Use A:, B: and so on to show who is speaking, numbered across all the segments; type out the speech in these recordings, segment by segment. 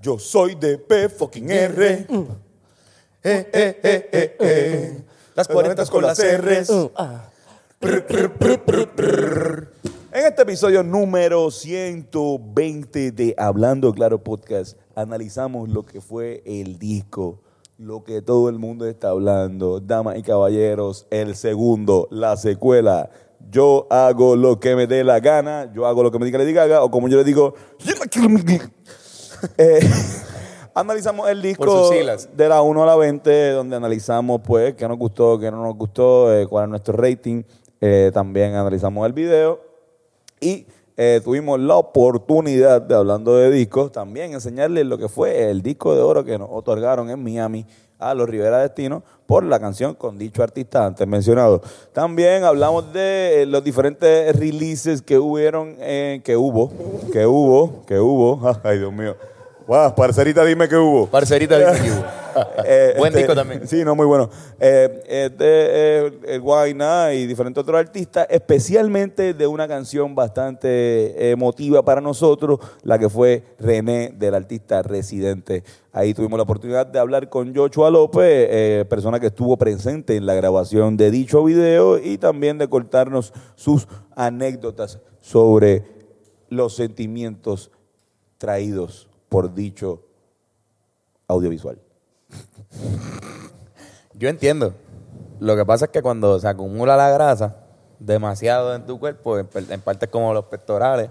A: Yo soy de P fucking R. Mm. Eh, eh, eh, eh, eh. Las 40 con las R's. Prr, prr, prr, prr, prr. En este episodio número 120 de Hablando Claro Podcast, analizamos lo que fue el disco, lo que todo el mundo está hablando. Damas y caballeros, el segundo, la secuela. Yo hago lo que me dé la gana, yo hago lo que me diga Lady Gaga, o como yo le digo, eh, analizamos el disco
B: sus siglas.
A: de la 1 a la 20, donde analizamos pues qué nos gustó, qué no nos gustó, eh, cuál es nuestro rating. Eh, también analizamos el video y eh, tuvimos la oportunidad de, hablando de discos, también enseñarles lo que fue el disco de oro que nos otorgaron en Miami a los Rivera Destino por la canción con dicho artista antes mencionado. También hablamos de eh, los diferentes releases que hubieron, eh, que hubo, que hubo, que hubo. Ay, Dios mío. Wow, parcerita, dime que hubo.
B: Parcerita de Yuyu.
A: Eh,
B: Buen
A: este,
B: disco también.
A: Sí, no, muy bueno. Eh, este, eh, el Guayna y diferentes otros artistas, especialmente de una canción bastante eh, emotiva para nosotros, la que fue René, del artista residente. Ahí tuvimos la oportunidad de hablar con Joshua López, eh, persona que estuvo presente en la grabación de dicho video, y también de cortarnos sus anécdotas sobre los sentimientos traídos por dicho audiovisual.
B: Yo entiendo. Lo que pasa es que cuando se acumula la grasa demasiado en tu cuerpo, en, per- en partes como los pectorales,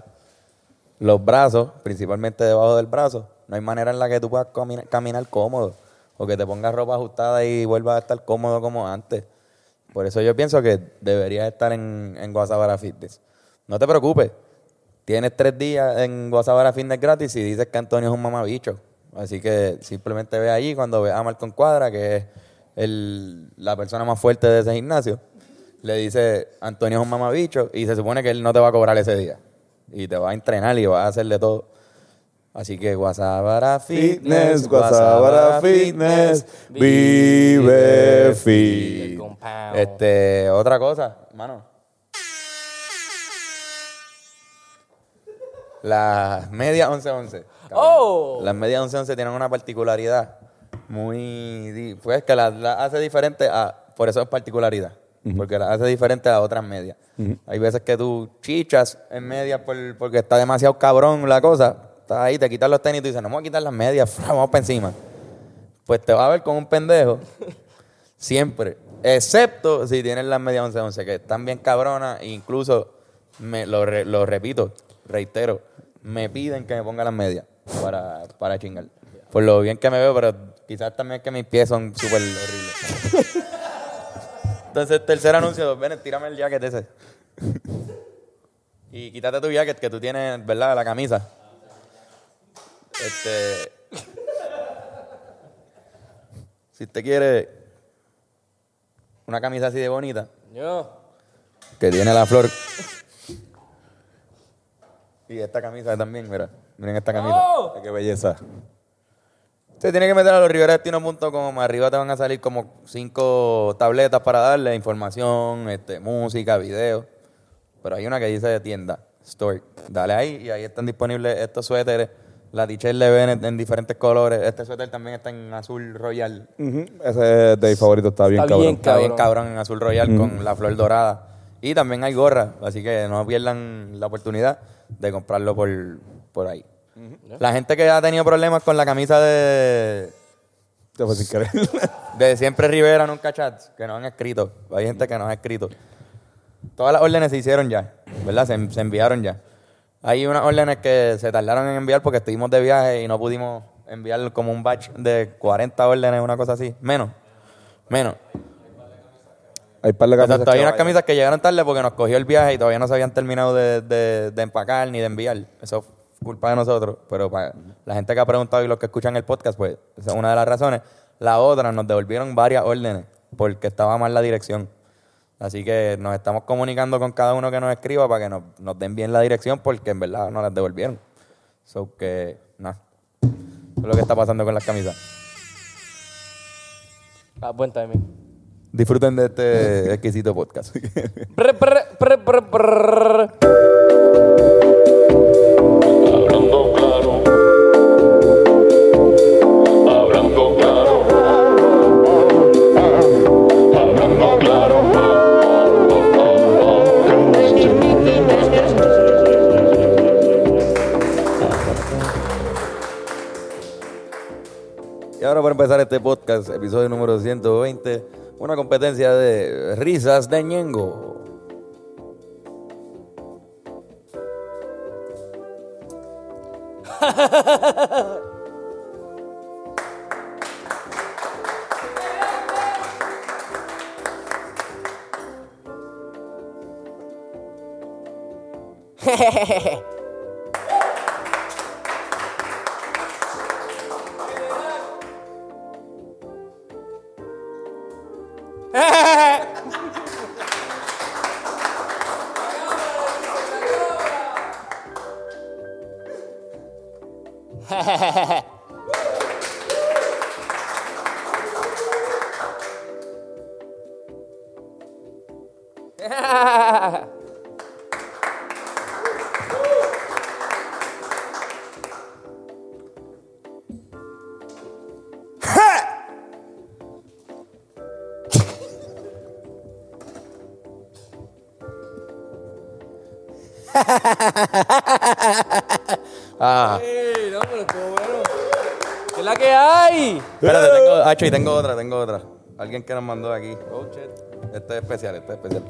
B: los brazos, principalmente debajo del brazo, no hay manera en la que tú puedas camina- caminar cómodo o que te pongas ropa ajustada y vuelvas a estar cómodo como antes. Por eso yo pienso que deberías estar en, en Guasabara Fitness. No te preocupes. Tienes tres días en Guasabara Fitness gratis y dices que Antonio es un mamabicho. Así que simplemente ve allí cuando ve a Marcon Cuadra, que es el- la persona más fuerte de ese gimnasio. Le dice, Antonio es un mamabicho y se supone que él no te va a cobrar ese día. Y te va a entrenar y va a hacerle todo. Así que Guasabara Fitness,
A: Fitness, Guasabara Fitness, vive fit.
C: Compound.
B: Este, otra cosa, mano. Las medias 1111. cabrón.
C: ¡Oh!
B: Las medias 1111 tienen una particularidad muy. di- Pues que las las hace diferente a. Por eso es particularidad. Porque las hace diferente a otras medias. Hay veces que tú chichas en medias por- porque está demasiado cabrón la cosa. Estás ahí, te quitas los tenis y tú dices, no me voy a quitar las medias, fra, vamos para encima. Pues te va a ver con un pendejo. Siempre. Excepto si tienen las medias 11-11, que están bien cabronas. e Incluso, me, lo, re- lo repito, reitero, me piden que me ponga las medias para, para chingar. Por lo bien que me veo, pero quizás también es que mis pies son súper horribles. Entonces, tercer anuncio, ven, tírame el jacket ese. Y quítate tu jacket que tú tienes, ¿verdad? La camisa. Este. Si usted quiere una camisa así de bonita,
C: Yo.
B: que tiene la flor. Y esta camisa también, mira. Miren esta camisa.
C: ¡Oh!
A: Qué belleza.
B: Se tiene que meter a los riverestino.com. Arriba te van a salir como cinco tabletas para darle información, este, música, video. Pero hay una que dice tienda, store. Dale ahí y ahí están disponibles estos suéteres. La t-shirt le ven en, en diferentes colores. Este suéter también está en azul royal.
A: Ese de mi favorito está bien,
C: Está
A: cabrón.
C: bien,
B: Está bien
C: Cabrón.
B: cabrón en azul royal con la flor dorada. Y también hay gorra, así que no pierdan la oportunidad de comprarlo por, por ahí. La gente que ha tenido problemas con la camisa de,
A: Te fue sin querer.
B: de Siempre Rivera Nunca Chats, que no han escrito. Hay gente que no ha escrito. Todas las órdenes se hicieron ya, ¿verdad? Se, se enviaron ya. Hay unas órdenes que se tardaron en enviar porque estuvimos de viaje y no pudimos enviar como un batch de 40 órdenes, una cosa así. Menos. Menos.
A: Hay par de camisas
B: Exacto, hay
A: que
B: unas
A: vayan.
B: camisas que llegaron tarde porque nos cogió el viaje y todavía no se habían terminado de, de- de empacar ni de enviar. Eso es culpa de nosotros, pero para la gente que ha preguntado y los que escuchan el podcast, pues esa es una de las razones. La otra, nos devolvieron varias órdenes porque estaba mal la dirección. Así que nos estamos comunicando con cada uno que nos escriba para que nos, nos den bien la dirección porque en verdad nos las devolvieron. So que, nada. Eso es lo que está pasando con las camisas.
C: Ah, buen timing.
B: Disfruten de este exquisito podcast.
C: Prr, prr, prr, prr, prr.
D: Hablando claro,
B: Y ahora para empezar este podcast, episodio número 120, una competencia de risas de ñengo. Ah,
C: Ey, no, pero estuvo bueno. ¿Qué es la que hay?
B: espérate, tengo,
A: Eh.
B: Hacho, y tengo otra, tengo otra. Alguien que nos mandó aquí.
C: Oh, shit.
B: Este es especial, este es especial.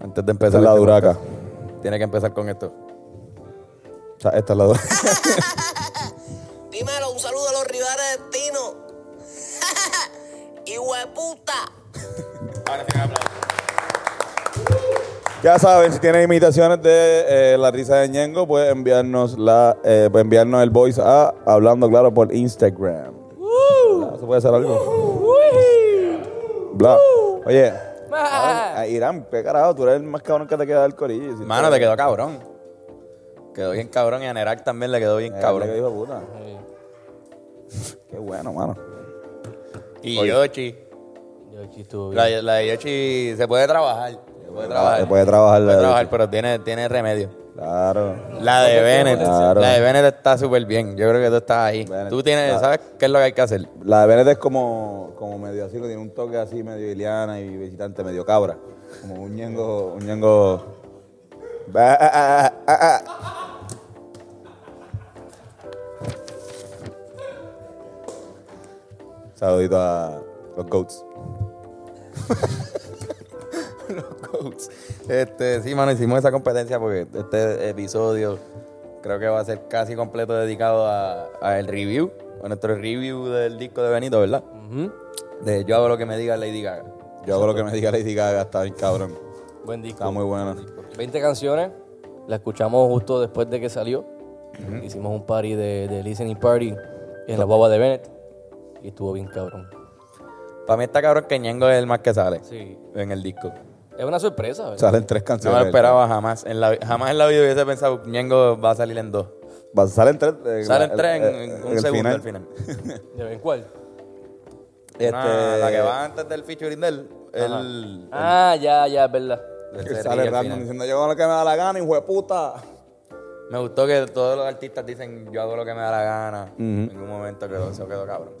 B: Antes de empezar.
A: La
B: este
A: duraca.
B: podcast, Tiene que empezar con esto.
A: O sea, esta es la duraca.
D: Primero, un saludo a los rivales de destino. Hijueputa.
A: Ya saben, si tienen imitaciones de eh, la risa de Ñengo, pueden enviarnos, la, eh, pueden enviarnos el voice a Hablando Claro por Instagram. Ah, ¿Se puede hacer algo? Bla. Oye,
C: Ah.
A: a Irán, qué carajo, tú eres el más cabrón que te queda del corillo. si
B: Mano,
A: tú-
B: te quedó cabrón. Quedó bien cabrón y a Nerak también le quedó bien
A: Eh, qué
B: cabrón.
A: hijo de puta. Qué bueno, mano.
B: Y Yoshi.
C: Yo aquí estuve
B: La, la de Yoshi se puede trabajar. Se puede trabajar.
A: Ah, Se puede trabajar
B: Se
A: la
B: puede
A: de
B: trabajar,
A: Yoshi.
B: pero tiene, tiene remedio.
A: Claro.
B: La de Bennett.
A: Claro.
B: La de Bennett está súper bien. Yo creo que tú estás ahí.
A: Bennett,
B: tú tienes,
A: claro.
B: ¿sabes qué es lo que hay que hacer?
A: La de Benedict es como, como medio así, que tiene un toque así, medio iliana y visitante, medio cabra. Como un ñengo, un ñengo. Ba- ah, ah, ah, ah, ah. Saludito a los goats.
B: Este, sí, mano, hicimos esa competencia porque este episodio creo que va a ser casi completo dedicado a, a el review, a nuestro review del disco de Benito, ¿verdad? De Yo hago lo que me diga Lady Gaga.
A: Yo hago lo que me diga Lady Gaga, está bien cabrón.
C: Buen disco.
A: Está muy buena.
C: 20 canciones. La escuchamos justo después de que salió. Hicimos un party de, de listening party en la boba de Bennett. Y estuvo bien cabrón.
B: Para mí está cabrón que Ñengo es el más que sale
C: Sí.
B: en el disco.
C: Es una sorpresa, ¿verdad?
A: Salen tres
B: No
A: canciones.
B: me lo esperaba jamás. En la, jamás en la vida hubiese pensado Ñengo va a salir en dos.
A: Va- salen tres. eh,
B: Salen
A: el-
B: tres en,
A: eh,
B: en
A: en
B: un
A: el
B: segundo al final.
C: ¿De ven cuál?
B: Una-
A: Este-
B: la que va antes del featuring de él, el,
C: Ah, ya, ya, es verdad.
B: el
A: Que
B: se
A: sale
B: ríe al
A: random
B: final.
A: diciendo, yo hago lo que me da la gana, hijo de puta.
B: Me gustó que todos los artistas dicen yo hago lo que me da la gana. En ningún momento quedó, eso quedó cabrón.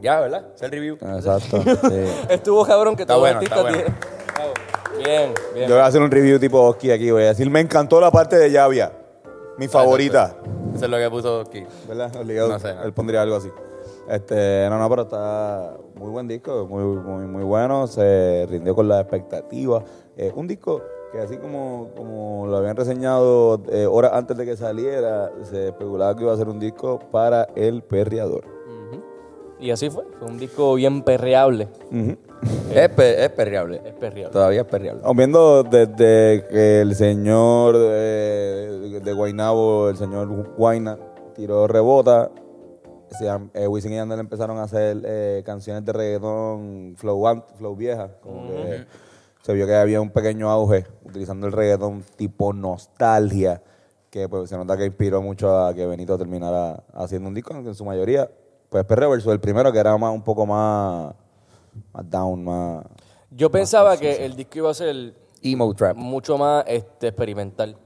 B: Ya, ¿verdad? Es el review.
A: Ah, Exacto.
C: Estuvo cabrón que
B: Está
C: todos
B: bueno,
C: los
B: está
C: artistas
B: bueno.
C: tienen- Bien,
A: Yo
C: bien.
A: voy a hacer un review tipo Oski aquí. Voy a decir, me encantó la parte de Llavia. Mi favorita.
B: Eso es lo que puso aquí.
A: ¿Verdad? Obligado.
B: No sé, no.
A: Él pondría algo así. Este, no, no, pero está muy buen disco, muy, muy, muy bueno. Se rindió con las expectativas. Eh, un disco que así como, como lo habían reseñado eh, horas antes de que saliera, se especulaba que iba a ser un disco para el perreador.
C: Y así fue. Fue un disco bien perreable.
A: Ujú.
B: Es, pe- es perreable.
C: Es perreable.
B: Todavía es perreable.
A: Estamos viendo desde que el señor eh, de Guainabo, el señor Guaina, tiró rebota. se llam- eh, Wisin y Yandel empezaron a hacer eh, canciones de reggaetón flow, an- flow vieja. Como que se vio que había un pequeño auge utilizando el reggaetón tipo nostalgia. Que pues se nota que inspiró mucho a que Benito terminara haciendo un disco que en su mayoría. Pues perreo versus el primero que era más un poco más, más down, más...
C: Yo
B: Ah,
C: pensaba que el disco iba a ser
B: Emo trap.
C: mucho más este, experimental.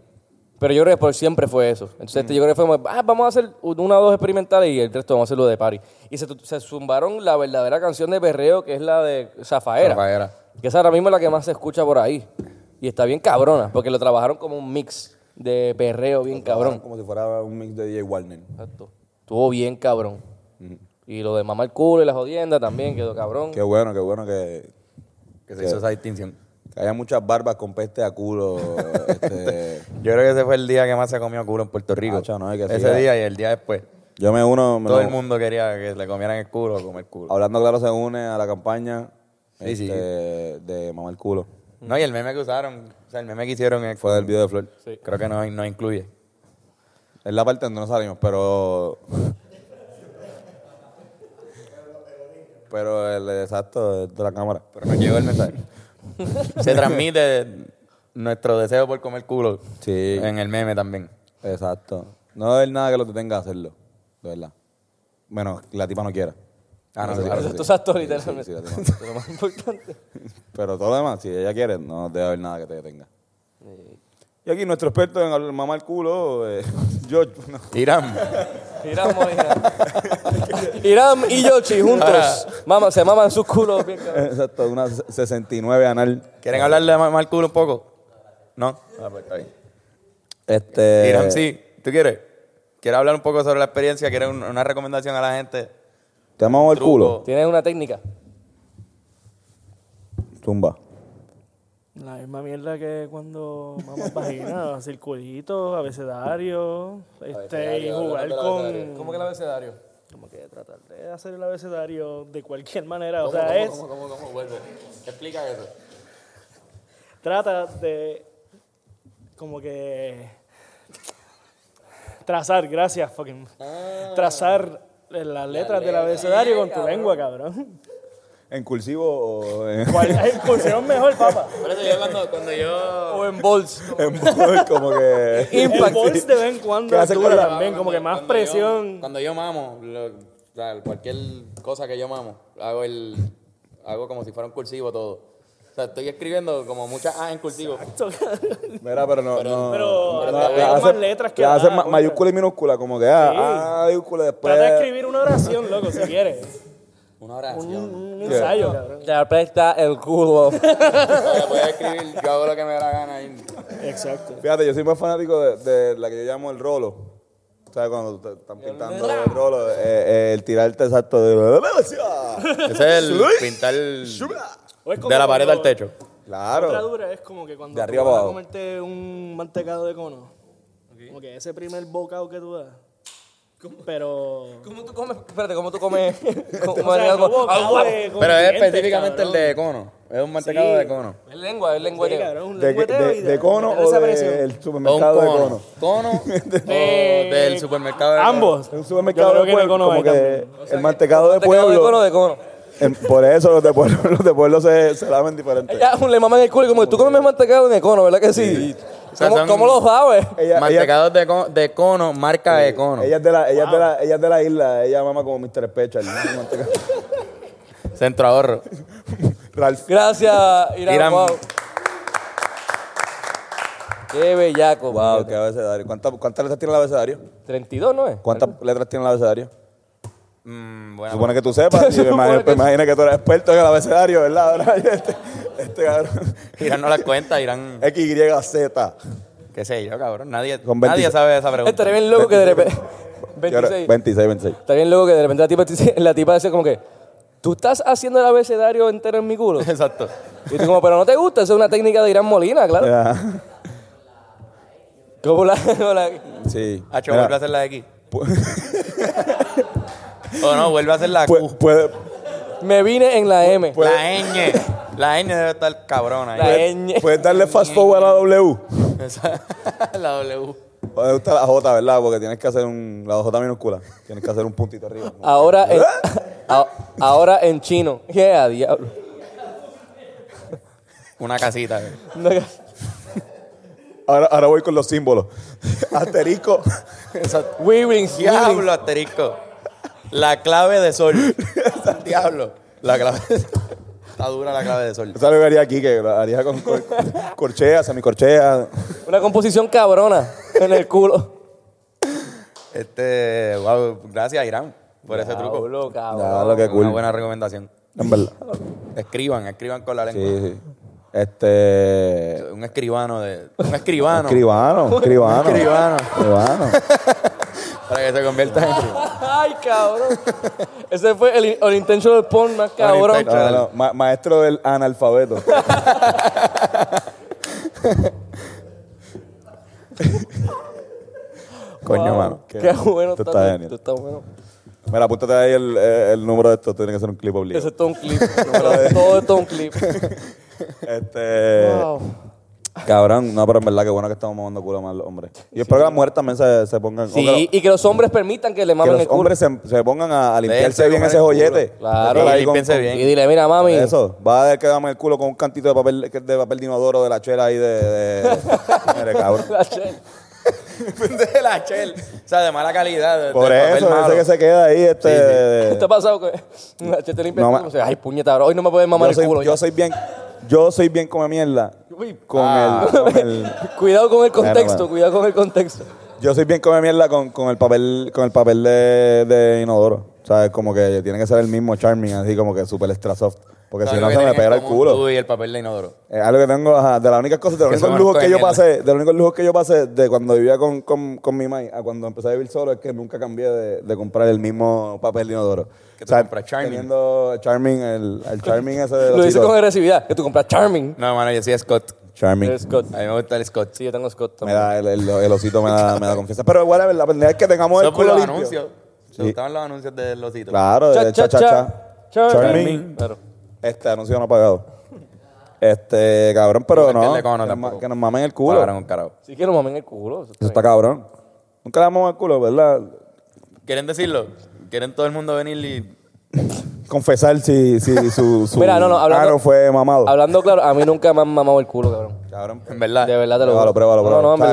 C: Pero yo creo que por siempre fue eso. Entonces este, yo creo que fue, como, ah, vamos a hacer un- una o dos experimentales y el resto vamos a hacerlo de party. Y se, tu- se zumbaron la verdadera canción de berreo, que es la de Zafaera.
B: Zafaera.
C: Que es ahora mismo la que más se escucha por ahí. Y está bien cabrona, porque lo trabajaron como un mix. de perreo bien cabrón.
A: Como si fuera un mix de DJ Warner.
C: Exacto. Estuvo bien cabrón. Y lo de mamar culo y la jodienda también quedó cabrón.
A: Qué bueno, qué bueno que,
B: Que se hizo esa distinción.
A: que haya muchas barbas con peste a culo. este,
B: Yo creo que ese fue el día que más se comió culo en Puerto Rico.
A: Hacho, no, hay que
B: ese
A: siga.
B: día y el día después.
A: yo me uno. me
B: Todo
A: lo- Ah.
B: el mundo quería que le comieran el culo o comer culo.
A: Hablando claro, se une a la campaña
B: Sí, sí.
A: este, de mamá el culo.
B: No, y el meme que usaron, o sea, el meme que hicieron es-
A: Fue del video de Flor.
C: Sí.
B: Creo que no, no incluye.
A: Es la parte donde no salimos, pero. pero el exacto es de la cámara.
B: Pero nos llegó el mensaje. se transmite nuestro deseo por comer culo
A: Sí.
B: en el meme también.
A: Exacto. No debe haber nada que lo detenga a hacerlo, de verdad. Bueno, que la tipa no quiera.
B: Ah, no,
A: Eso
B: sí,
A: claro,
B: eso
A: sí.
C: Tú sabes todo
A: Sí, sí,
C: literalmente.
A: sí, la tipa
C: Lo más importante.
A: no. Pero todo lo demás, si ella quiere, no debe haber nada que te detenga. Y aquí nuestro experto en hablar- mamar culo, eh, George. no.
B: Irán.
C: Irán Molina. Irán y Yoshi juntos. Mama- se maman sus culos bien cabrón.
A: Exacto, una 69 anal.
B: ¿Quieren hablarle de mamar culo un poco? ¿No? Ah, pues, está bien.
A: Este,
B: Irán, sí. ¿Tú quieres? ¿Quieres hablar un poco sobre la experiencia? ¿Quieres un- una recomendación a la gente?
A: Te amamos el
B: Truco.
A: culo.
C: Tienes una técnica.
A: Tumba.
E: La misma mierda que cuando mamas vagina, circulitos, abecedario, este, y jugar con...
C: ¿Cómo que el abecedario?
E: Como que tratar de hacer el abecedario de cualquier manera. O sea, es...
C: cómo, cómo? Vuelve. Explica eso.
E: Trata de... Como que... Trazar, gracias, fucking.
C: Ah.
E: Trazar las letras del abecedario con tu lengua, cabrón.
A: ¿En cursivo o en,
E: ¿Cuál es el cursión mejor, papá?
C: Por eso yo cuando, cuando yo... O en bols.
A: en bol? Como que.
E: El
C: Impact.
E: bols de vez en cuando
A: ¿Qué hace
E: es duro
A: con la-
E: también, como que más
B: Cuando yo-
E: presión.
B: cuando yo mamo, lo- o sea, cualquier cosa que yo mamo, hago el hago como si fuera un cursivo todo. O sea, estoy escribiendo como muchas A en cursivo.
A: Mira, pero no. no
E: pero-
A: no,
E: pero
A: la
E: hay
A: hace-
E: más letras que
A: la hace
E: nada,
A: ma-
E: contra.
A: mayúscula y minúscula, como que ah,
E: Sí.
A: ah, mayúscula después.
E: Trata de escribir una oración, loco, si quieres.
B: Una oración.
E: Un ensayo, cabrón.
C: Te apesta el culo.
B: Oye, voy a escribir, yo hago lo que me da la gana. ahí.
E: Exacto.
A: Fíjate, yo soy más fanático de, de la que yo llamo el rolo. O sea, cuando te están pintando el rolo, eh, eh, el tirarte exacto de.
B: Ese es el pintar
E: O es como
B: de la pared
E: cuando-
B: al techo.
E: Otra
A: Claro.
E: dura es como que cuando
A: De arriba
E: tú vas a
A: abajo.
E: comerte un mantecado de cono. Como que ese primer bocado que tú das. Pero.
C: ¿Cómo tú comes? Espérate, ¿cómo tú comes? Ah, ¿Cómo
E: O sea, no bocado
C: agua?
E: de- con
B: Pero es
E: dientes,
B: específicamente el
E: cabrón.
B: de cono. Es un mantecado
E: Sí.
B: de cono.
C: Es lengua, es lengua.
E: Sí, cabrón, un
A: De,
E: lengüeteo y
A: de, de cono
E: meter
A: o
E: esa
A: del
E: presión.
A: supermercado de cono.
B: Cono o del supermercado de cono.
E: Ambos.
A: Un supermercado
E: Yo creo
A: de
E: que de
A: pueblo,
E: cono
A: como
E: hay
A: que
E: también.
A: el mantecado de
C: ¿Te quedó de cono o
A: Este pueblo.
C: de cono?
A: en- por eso los de pueblo, los de pueblo se, se lamen diferente.
C: Ella le maman el culo y como que tú comes mantecado de cono, ¿verdad que sí?
B: O sea,
C: ¿Cómo,
B: son-
C: cómo lo sabes?
A: Ella-
B: Mantecados de, cono, de cono, marca de cono.
A: Ella es de la, ella es de la, ella es de la isla, ella mama como Mr. Special. ¿no? Manteca-
B: Centro ahorro.
A: Ralph.
C: Gracias, Irán.
B: Irán.
C: Wow. Qué bellaco.
A: Wow,
C: puñeta.
A: qué abecedario. ¿Cuánta- ¿Cuántas letras tiene el abecedario?
C: 32, ¿no es?
A: ¿Cuántas letras tiene el abecedario?
B: Mm, bueno,
A: Supone que tú sepas. y me
C: Supone
A: imagino,
C: que-
A: imagina que tú eres experto en el abecedario, ¿verdad? Ahora, Este, este cabrón.
B: Irán no las cuenta, Irán.
A: X, Y, Z.
B: ¿Qué sé yo, cabrón? Nadie,
A: Con 26.
B: nadie sabe esa pregunta.
C: Estaría bien loco que de repente.
A: Yo ahora-
C: 26.
A: 26, 26.
C: Está bien loco que de repente la tipa, te dice- la tipa dice como que, tú estás haciendo el abecedario entero en mi culo.
B: Exacto.
C: Y tú como, pero no te gusta, esa es una técnica de Irán Molina, claro.
A: Ya.
C: Como la, como la-
A: Sí.
B: Hacho,
A: Mira,
B: vuelve a hacer la de aquí.
A: pu-
B: O no, vuelve a hacer la
A: pu-
B: Q.
A: puede-
C: me vine en la M.
A: puede-
B: La ñ. La ñ debe estar cabrona. ahí.
C: La ñ.
A: Puedes darle fast forward a la W.
B: Esa-
E: E.
B: la W.
A: O te gusta la J, ¿verdad? Porque tienes que hacer un, la J minúscula. Tienes que hacer un puntito arriba.
C: Ahora en, a- ahora en chino. Yeah, diablo.
B: Una casita. eh.
C: No, que-
A: Ahora, ahora voy con los símbolos. Asterisco.
B: Exacto.
C: Weavings, weavings.
B: Diablo, asterisco. La clave de sol. Diablo. La clave de sol. Está dura la clave de sol.
A: Eso es lo que haría aquí, que lo haría con cor- corchea, semicorchea.
C: Una composición cabrona en el culo.
B: Este, wow, gracias Irán por ese truco.
C: Diablo, cabrón.
A: Ya, lo que
B: Una
A: cool.
B: buena recomendación.
A: En verdad.
B: Escriban, escriban con la lengua.
A: Sí, sí. Este.
B: Un escribano de. Un escribano.
A: Escribano, escribano.
B: Escribano.
A: Escribano.
B: Para que se convierta en escribano.
C: Ay, cabrón. Ese fue el, el intentional porn más cabrón.
A: No, no, no, ma- maestro del analfabeto. Coño,
C: Wow,
A: mano.
C: Qué bueno
A: Esto
C: está,
A: está
C: esto
A: genial.
C: está bueno.
A: Mira, apúntate ahí el, eh, el número de esto. Tiene que ser un clip
C: Ese
A: obligado.
C: es todo un clip. todo, todo esto es un clip.
A: Eh, Este.
C: Wow.
A: Cabrón, no, pero en verdad que bueno que estamos mamando culo más los hombres. Y espero que las mujeres también se, se pongan. o que los-
C: Sí, y que los hombres permitan que le
A: que
C: mamen
A: los
C: el culo.
A: hombres se, se pongan a, a limpiarse
B: Déjense
A: bien
B: comer
A: ese
B: el culo.
A: joyete.
C: Claro.
A: Estar ahí
B: Y
A: con-
B: límpiense
A: con-
B: bien.
C: Y dile, mira, mami.
A: Eso, va a haber que darme el culo con un cantito de papel de papel de inodoro de la chela ahí de. de, Mire, cabrón.
C: La chel.
B: de la chel. O sea, de mala calidad. de-
A: Por
B: de papel
A: eso,
B: malo.
A: ese que se queda ahí, este.
B: Sí, sí.
A: de-
C: ¿Qué te ha pasado? que- La chel te limpia
A: No,
C: el
A: ma-
C: culo. O sea, Ay, puñetaro. Hoy no me puedes mamar
A: yo, soy,
C: el culo.
A: yo
C: ya.
A: soy bien. Yo soy bien come mierda.
C: Uy.
A: Con
B: Ah.
A: el. con el-
C: Cuidado con el contexto,
A: bueno.
C: cuidado con el contexto.
A: yo soy bien come mierda con, con el papel, con el papel de, de inodoro. O sea, es como que tiene que ser el mismo charming, así como que super extra soft. Porque si
B: ¿Sabes
A: no
B: lo
A: se
B: que
A: me
B: tienen
A: pega
B: en
A: el
B: común
A: culo.
B: Tú y el papel de inodoro.
A: Es algo que tengo, ajá, de las únicas cosas, de los
B: Que
A: únicos
B: somos
A: lujos que yo
B: coñetas.
A: pasé, de los únicos lujos que yo pasé de cuando vivía con, con, con mi mãe a cuando empecé a vivir solo es que nunca cambié de, de comprar el mismo papel de inodoro.
B: ¿Qué te compras, Charming?
A: Teniendo Charming, el, el Charming ese de
C: Lo
A: los
C: dice con
A: hitos.
C: agresividad, que tú compras Charming.
B: No, mano, yo soy Scott.
A: Charming.
C: Es Scott.
B: A mí me gusta el Scott.
C: Sí, yo tengo Scott
A: Me
C: también.
A: da, el, el- el osito me da, me da confianza. Pero whatever, la pendeja es que tengamos el
B: Son por
A: culo
B: los
A: limpio.
B: anuncios.
A: Sí.
B: Se gustaban los anuncios de Losito.
A: Claro, de cha, cha, cha. Charming.
C: Claro.
A: Este anuncio no pagado. Este, cabrón, pero
B: Igual que
A: no.
B: el de Cono
A: que, nos, ma-
B: tampoco.
A: que nos mamen el culo.
B: Pagaron un carajo.
C: Si quiero mamen el culo. eso
A: Eso
C: está
A: está cabrón. Nunca le damos el culo, ¿verdad?
B: ¿Quieren decirlo? ¿Quieren todo el mundo venir y
A: confesar si, si su, su
C: Mira, no, no, hablando-
A: ano fue
C: bien.
A: mamado.
C: Hablando claro, a mí nunca me han mamado el culo, cabrón.
A: Cabrón.
B: en verdad?
C: De verdad te lo
A: Ah, Pruébalo,
C: juro.
A: pruébalo,
C: No,
A: pruébalo.
C: no,
A: ¿Sabes?
C: en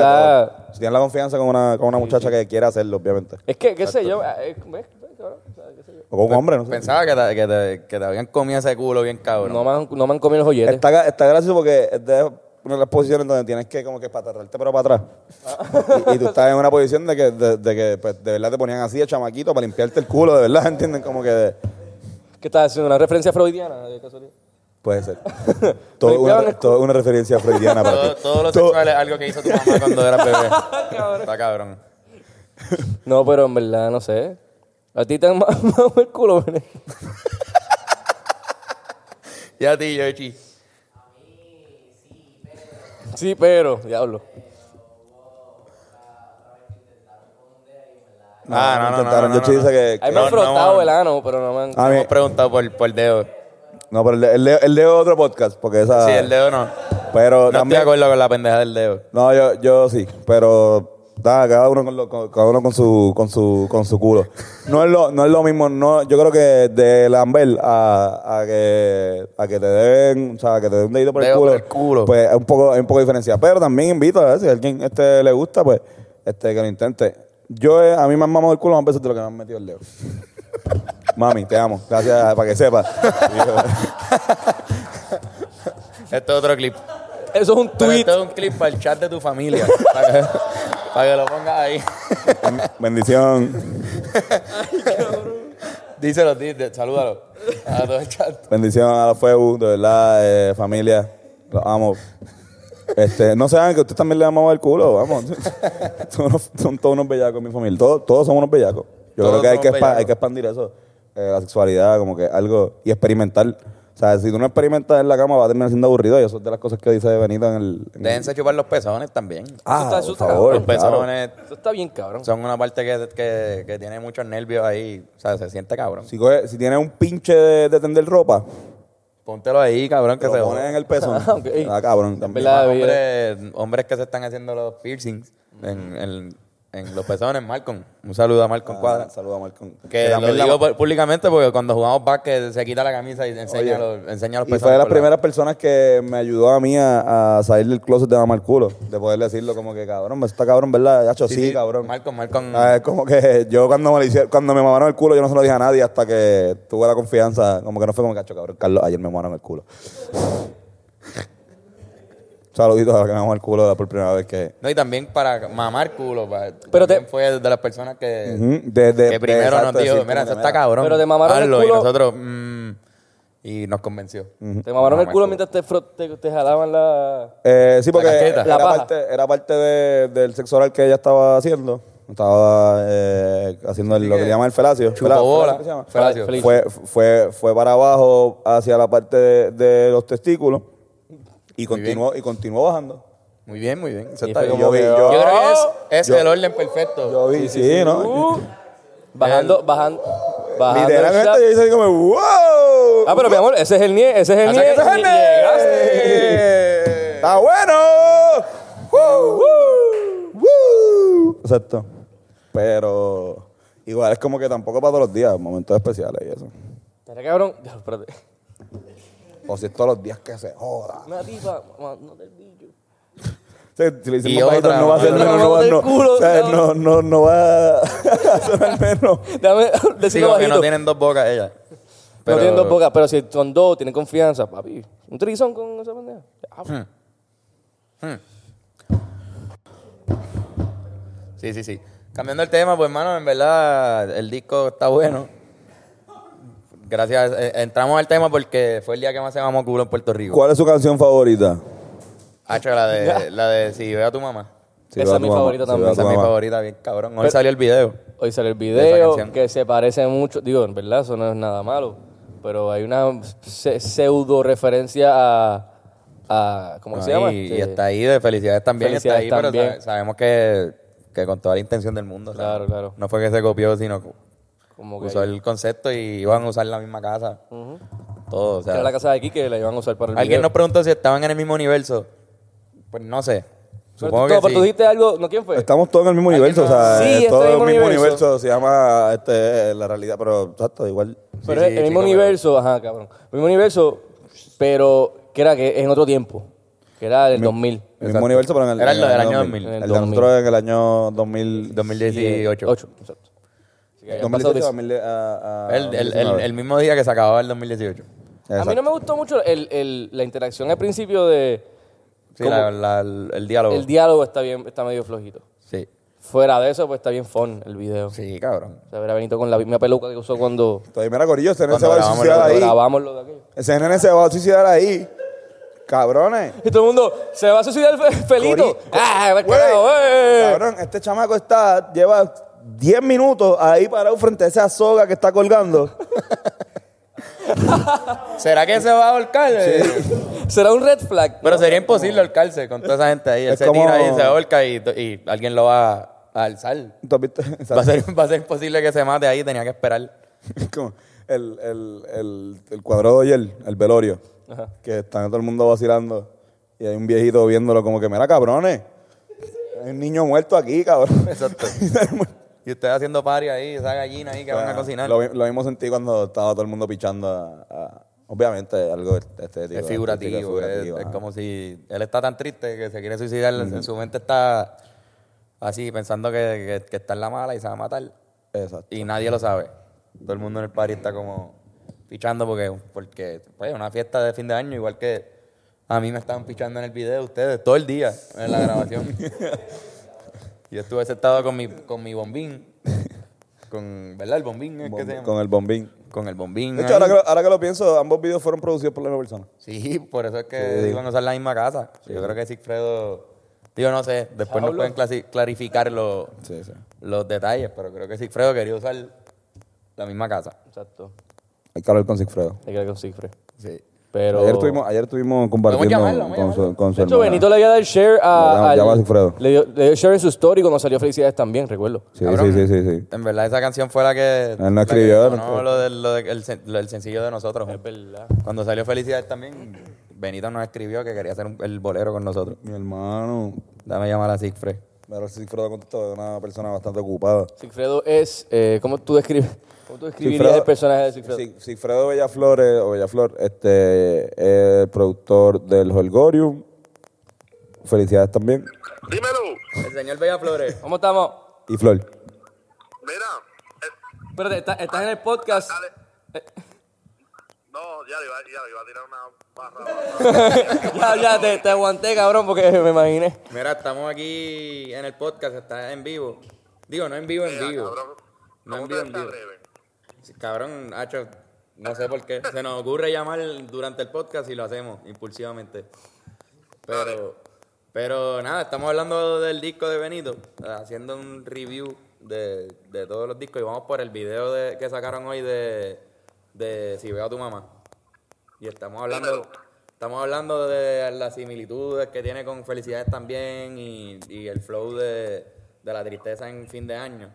C: verdad.
A: Si tienes la confianza con una, con una muchacha que quiera hacerlo, obviamente.
C: Es que, qué sé yo. eh, ¿ves? ¿Ves, cabrón? O sea, qué sé yo.
A: O con un hombre, no sé.
B: Pensaba que te, que te- que te habían comido ese culo bien cabrón.
C: No me, han, no me han comido los joyetes.
A: Está, gra- está gracioso porque es de una de las posiciones donde tienes que como que patarrarte pero para atrás.
B: Ah.
A: Y, y tú estás en una posición de que, de, de que pues, de verdad te ponían así de chamaquito para limpiarte el culo, de verdad, ¿entienden? Como que de-
C: ¿Qué estás haciendo? ¿Una referencia freudiana? de casualidad?
A: puede ser. todo,
C: limpiaban
A: una,
C: el
A: todo una referencia freudiana para ti.
B: todo, todo lo
A: Todo-
B: sexual es algo que hizo tu mamá cuando era bebé. Está cabrón.
C: No, pero en verdad, no sé. A ti te han mamado el culo, Bené?
B: Y a ti, Yoshi.
C: Sí, pero, diablo.
B: Ah, no, no,
A: intentaron.
B: no, no,
A: Yo
B: no,
A: dice que-
C: A mí
A: que-
C: me han
B: No,
C: frotado
B: no.
C: el ano, pero no Ah. me han.
A: A mí-
B: Hemos preguntado por, por dedo.
A: no, pero el de- el de, el de otro podcast, porque esa...
B: Sí, el dedo no.
A: Pero
B: No estoy
A: también,
B: de acuerdo con la pendeja del dedo.
A: No, yo, yo sí, pero nada, cada uno con, lo- con- cada uno con su con su con su culo. No es lo no es lo mismo, no yo creo que de Lambert a, a que a que te den, o sea, que te den un dedito por el
B: Dedo por
A: culo,
B: el culo.
A: Pues es un poco hay un poco de diferencia, pero también invito a ver si a alguien este le gusta, pues este que lo intente. Yo eh, a mí me han mamado el culo más veces de lo que me han metido el dedo. Mami, te amo. Gracias, para que sepas.
B: Este es otro clip.
C: Eso es un
B: Pero
C: tweet.
B: Este es un clip para el chat de tu familia. para, que, para que lo pongas ahí.
A: Bendición,
B: Díselo, díselo, salúdalo. A todo el chat.
A: bendición a la FEU, de verdad, eh, familia. Los amo. Este, no saben que ustedes también le han mamado el culo, vamos. son, unos- son todos unos bellacos, mi familia. Todos, todos somos unos bellacos. Yo
B: Todos
A: creo que hay que,
B: somos
A: expa-
B: bellacos.
A: hay que expandir eso. eh, la sexualidad, como que algo. Y experimentar. O sea, si tú no experimentas en la cama, va a terminar siendo aburrido. Y eso es de las cosas que dice Benita en el. en el-
B: Déjense chupar los pezones también.
A: Ah,
C: Eso está- eso
A: por
C: está
A: favor.
B: los
A: claro.
B: pezones
C: Eso está bien, cabrón.
B: son una parte que, que, que tiene muchos nervios ahí. O sea, se siente cabrón.
A: Si, coge- si tienes un pinche de, de tender ropa,
B: Póntelo ahí, cabrón, que
A: te
B: se
A: lo
B: joda.
A: pones en el pezón.
C: Ah, ok.
A: Ah, cabrón, también.
C: ¿Verdad?
B: Hombres, hombres que se están haciendo los piercings en, en- en los pezones, Malcolm. Un saludo a Malcolm Cuadra.
A: Ah, Saludos a Malcolm.
B: Que lo
A: también la-
B: digo pu- públicamente porque cuando jugamos básquet se quita la camisa y enseña,
A: Oye.
B: los, enseña los
A: Y
B: pezones.
A: fue de las
B: por la-
A: primeras personas que me ayudó a mí a, a salir del closet de mamar culo. De poder decirlo como que, cabrón, me está cabrón, ¿verdad? Hacho, sí,
B: Sí, sí,
A: cabrón.
B: Malcolm, Malcolm.
A: Ah, Es como que yo cuando me, lo hicieron- cuando me mamaron el culo, yo no se lo dije a nadie hasta que tuve la confianza. Como que no fue como que, "Acho, cabrón, Carlos, ayer me mamaron el culo. Saluditos a la que me mamó el culo la por primera vez que...
B: No, y también para mamar culo. pa-
C: Pero
B: también
C: te-
B: fue de las personas que,
A: Ujú, de- de-
B: que
A: de-
B: primero
A: exacto,
B: nos dijo,
A: decir como
B: mira,
A: que,
B: eso está cabrón.
C: Pero te mamaron el
B: hazlo", Y
C: culo.
B: nosotros, "Mm". Y nos convenció.
C: Te mamaron el
B: Mamá,
C: culo mientras te, frot- te, te jalaban la...
A: Eh, sí, porque
B: La casqueta.
A: era
C: La paja.
A: parte, era parte de- del sexo oral que ella estaba haciendo. Estaba eh, haciendo el- lo que le llaman el felacio. Fela-
B: Chupobola.
A: felacio que se llama.
B: Felacio.
C: Feliz.
A: Fue, fue, fue para abajo hacia la parte de, de los testículos y continuó, y continuó bajando.
B: Muy bien, muy bien. Eso
C: Y
B: está
C: fue
B: bien.
C: como
B: Yo,
C: "Oh".
B: vi-
A: que-
B: yo creo que es, es
A: Yo-
B: el orden perfecto.
A: Yo vi, sí, Uh, ¿no?
C: Uh, Bajando, bajando, bajando el
A: Literalmente
C: shot.
A: yo hice así como, ¡wow!
C: Ah, pero mi amor, ese es el nie, ese es el
A: Así
C: nie.
A: que esa
C: y
A: gente-
C: llegaste.
A: ¡Está bueno! ¡Woo! ¡Woo! Exacto. Pero igual es como que tampoco para todos los días, momentos especiales y eso.
C: Espera, cabrón. Ya, espérate.
A: O si es todos los días que se joda.
C: Una tipa, mamá, no del billo.
A: O sea, Si le dicen
B: Y
A: más bajito,
B: otra,
A: no va a ser
C: otra.
A: menos, no va,
C: Del
A: no,
C: culo,
A: o sea,
C: ¿sabes?
A: no, no, no va a sonar menos.
C: Déjame
B: Sí,
C: decirlo
B: como que
C: bajito.
B: no tienen dos bocas ellas.
C: No
B: Pero-
C: tienen dos bocas, pero si son dos, tienen confianza, papi. Un trizón con esa pendeja. Ah,
B: Hmm, Sí, sí, sí. Cambiando el tema, pues, hermano, en verdad, el disco está bueno. Gracias. eh, Entramos al tema porque fue el día que más se mamó culo en Puerto Rico.
A: ¿Cuál es su canción favorita?
B: Hacho, la de, la de Si veo a tu mamá.
A: Si
C: Esa
A: va
C: es mi
A: tu mamá,
C: favorita
A: si
C: también.
A: va
B: Esa
A: tu
B: es mi
A: mamá.
B: favorita, bien cabrón. Hoy
C: Pero-
B: salió el video.
C: Hoy sale el
B: Esa
C: video
B: canción.
C: que se parece mucho. Digo, en verdad, eso no es nada malo. Pero hay una se- pseudo referencia a. a ¿Cómo se
B: No,
C: llama?
B: Y,
C: Este,
B: y está ahí, de felicidades también
C: Felicidades
B: está ahí, pero sa-
C: también.
B: sabemos que, que con toda la intención del mundo. ¿sabes?
C: Claro, claro.
B: No fue que se copió, sino que
C: Como que.
B: usó el concepto y iban a usar la misma casa. Todo, o
C: que
B: sea.
C: era la casa de aquí que la iban a usar para el
B: Alguien
C: video.
B: nos preguntó si estaban en el mismo universo. Pues no sé.
C: Pero
B: Supongo
C: tú, no,
B: que
C: pero tú
B: sí.
C: dijiste algo. ¿No quién fue?
A: Estamos todos en el mismo universo, o sea,
C: Sí,
A: es
C: está
A: todo
C: en
A: el
C: el
A: mismo
C: mismo
A: universo. se llama este, la realidad, pero exacto, igual.
C: pero
B: sí,
C: es el mismo
B: chico, pero-
C: universo. Ajá, cabrón. El mismo universo, pero que era que en otro tiempo. Que era del 2000.
A: El
B: Exacto.
A: mismo universo, pero en el,
B: Era
A: en
B: lo
A: el
B: del año
A: El,
B: 2000.
C: En
A: de
C: el
A: nosotros en el año 2000,
B: 2018.
C: 8. Exacto. Así que hayan
A: 2018,
C: pasado de-
A: 2000, a- a-
C: Ah,
B: El, el- el-
A: 2019.
B: el mismo día que se acababa el 2018.
C: A mí no me gustó mucho el- el- la interacción al principio de.
B: Sí,
C: como-
B: la- la- el, el diálogo.
C: El diálogo está bien, está medio flojito.
B: sí.
C: Fuera de eso, pues está bien fun el video.
B: Sí, cabrón.
C: O sea, ver a Benito con la misma peluca que usó cuando,
A: Entonces, mira, Corillo, ese nene
B: Cuando
A: se va a
B: grabamos
A: suicidar
B: lo-
C: cuando
A: ahí.
C: grabamos lo de aquello.
A: Ese nene se va a suicidar ahí. Cabrones.
C: Y todo el mundo, se va a suicidar fe- Felito.
A: Cori-
C: ¡Ah, me
A: Güey,
C: cago, eh!
A: Cabrón, este chamaco está, lleva 10 minutos ahí parado frente a esa soga que está colgando.
B: ¿Será que se va a ahorcar?
A: eh.
C: Será un red flag.
B: Pero sería imposible ahorcarse con toda esa gente ahí. Él
A: Es
B: se
A: como-
B: tira ahí, se ahorca y, y alguien lo va a, a alzar.
A: ¿Tú has visto?
B: Va a, ser, va a ser imposible que se mate ahí, tenía que esperar.
A: como el, el, el, el cuadro de ayer, el velorio, que están todo el mundo vacilando y hay un viejito viéndolo como que, mira, cabrones, hay un niño muerto aquí, cabrón.
B: Exacto. Y ustedes haciendo party ahí, esa gallina ahí que van a cocinar.
A: Lo, mi- lo mismo sentí cuando estaba todo el mundo pichando a... a- obviamente algo estético.
B: Es figurativo,
A: artístico,
B: es-
A: figurativo,
B: es,
A: ajá.
B: como si él está tan triste que se quiere suicidar, en su mente está así, pensando que, que- que está en la mala y se va a matar.
A: Exacto.
B: Y nadie lo sabe. Todo el mundo en el party está como pichando porque, porque pues, una fiesta de fin de año, igual que a mí me estaban pichando en el video ustedes, todo el día en la grabación. Yo estuve sentado con mi, con mi bombín, con, ¿verdad? El bombín es que se llama.
A: Con el bombín.
B: Con el bombín.
A: De hecho,
B: ahí.
A: ahora que, lo, ahora que lo pienso, ambos videos fueron producidos por la misma persona.
B: Sí, por eso es que iban a usar la misma casa. Yo creo que Sigfredo. Digo, no sé, después nos pueden clasi- clarificar lo-
A: Sí, sí.
B: los detalles, pero creo que Sigfredo quería usar la misma casa.
C: Exacto.
A: Hay que hablar con Sigfredo.
C: Hay que ver con Sigfred.
B: Sí.
C: Pero.
A: Ayer estuvimos, ayer estuvimos compartiendo
B: llamarlo, vamos a
A: con, su,
B: llamarlo.
A: con su
C: De hecho,
A: hermana.
C: Benito le había dado el share
A: Llama-
C: a. al-
A: llama a Sigfredo.
C: le, dio, le dio share en su story cuando salió Felicidades también, recuerdo.
A: Sí,
B: Cabrón. eh.
A: sí, sí, sí, sí.
B: En verdad, esa canción fue la que.
A: no
B: la
A: escribió,
B: que sonó
A: no.
B: lo del, lo del- el sen- lo del sencillo de nosotros.
C: Es verdad.
B: Cuando salió Felicidades también, Benito nos escribió que quería hacer un- el bolero con nosotros.
A: Mi hermano.
B: Dame llamar a Sigfredo.
A: Pero Sigfredo contestó de una persona bastante ocupada.
C: Sigfredo es. eh, ¿Cómo tú describes? ¿Cómo tú describirías el personaje de Sigfredo?
A: Sig- Sigfredo Bellaflores, o Bellaflor, este, es el productor del Holgorium. Felicidades también.
F: Dímelo.
B: El señor Bella Flores.
C: ¿Cómo estamos?
A: Y Flor.
F: Mira. eh,
C: Espérate, está- estás en el podcast.
F: dale. No, ya le iba, ya le iba a tirar una barra.
C: Ya, ya, te, te aguanté, cabrón, porque me imaginé.
B: Mira, estamos aquí en el podcast, está en vivo. Digo, no en vivo, en
F: Mira,
B: vivo.
F: cabrón.
B: No
F: ¿Cómo
B: envío,
F: ustedes se
B: envío.
F: atreven?
B: Sí, Cabrón, Hacho, No sé por qué. Se nos ocurre llamar durante el podcast y lo hacemos impulsivamente. Pero, pero nada, estamos hablando del disco de Benito, haciendo un review de, de todos los discos y vamos por el video de- que sacaron hoy de, de Si veo a tu mamá. Y estamos hablando, estamos hablando de las similitudes que tiene con Felicidades también y, y el flow de, de la tristeza en fin de año.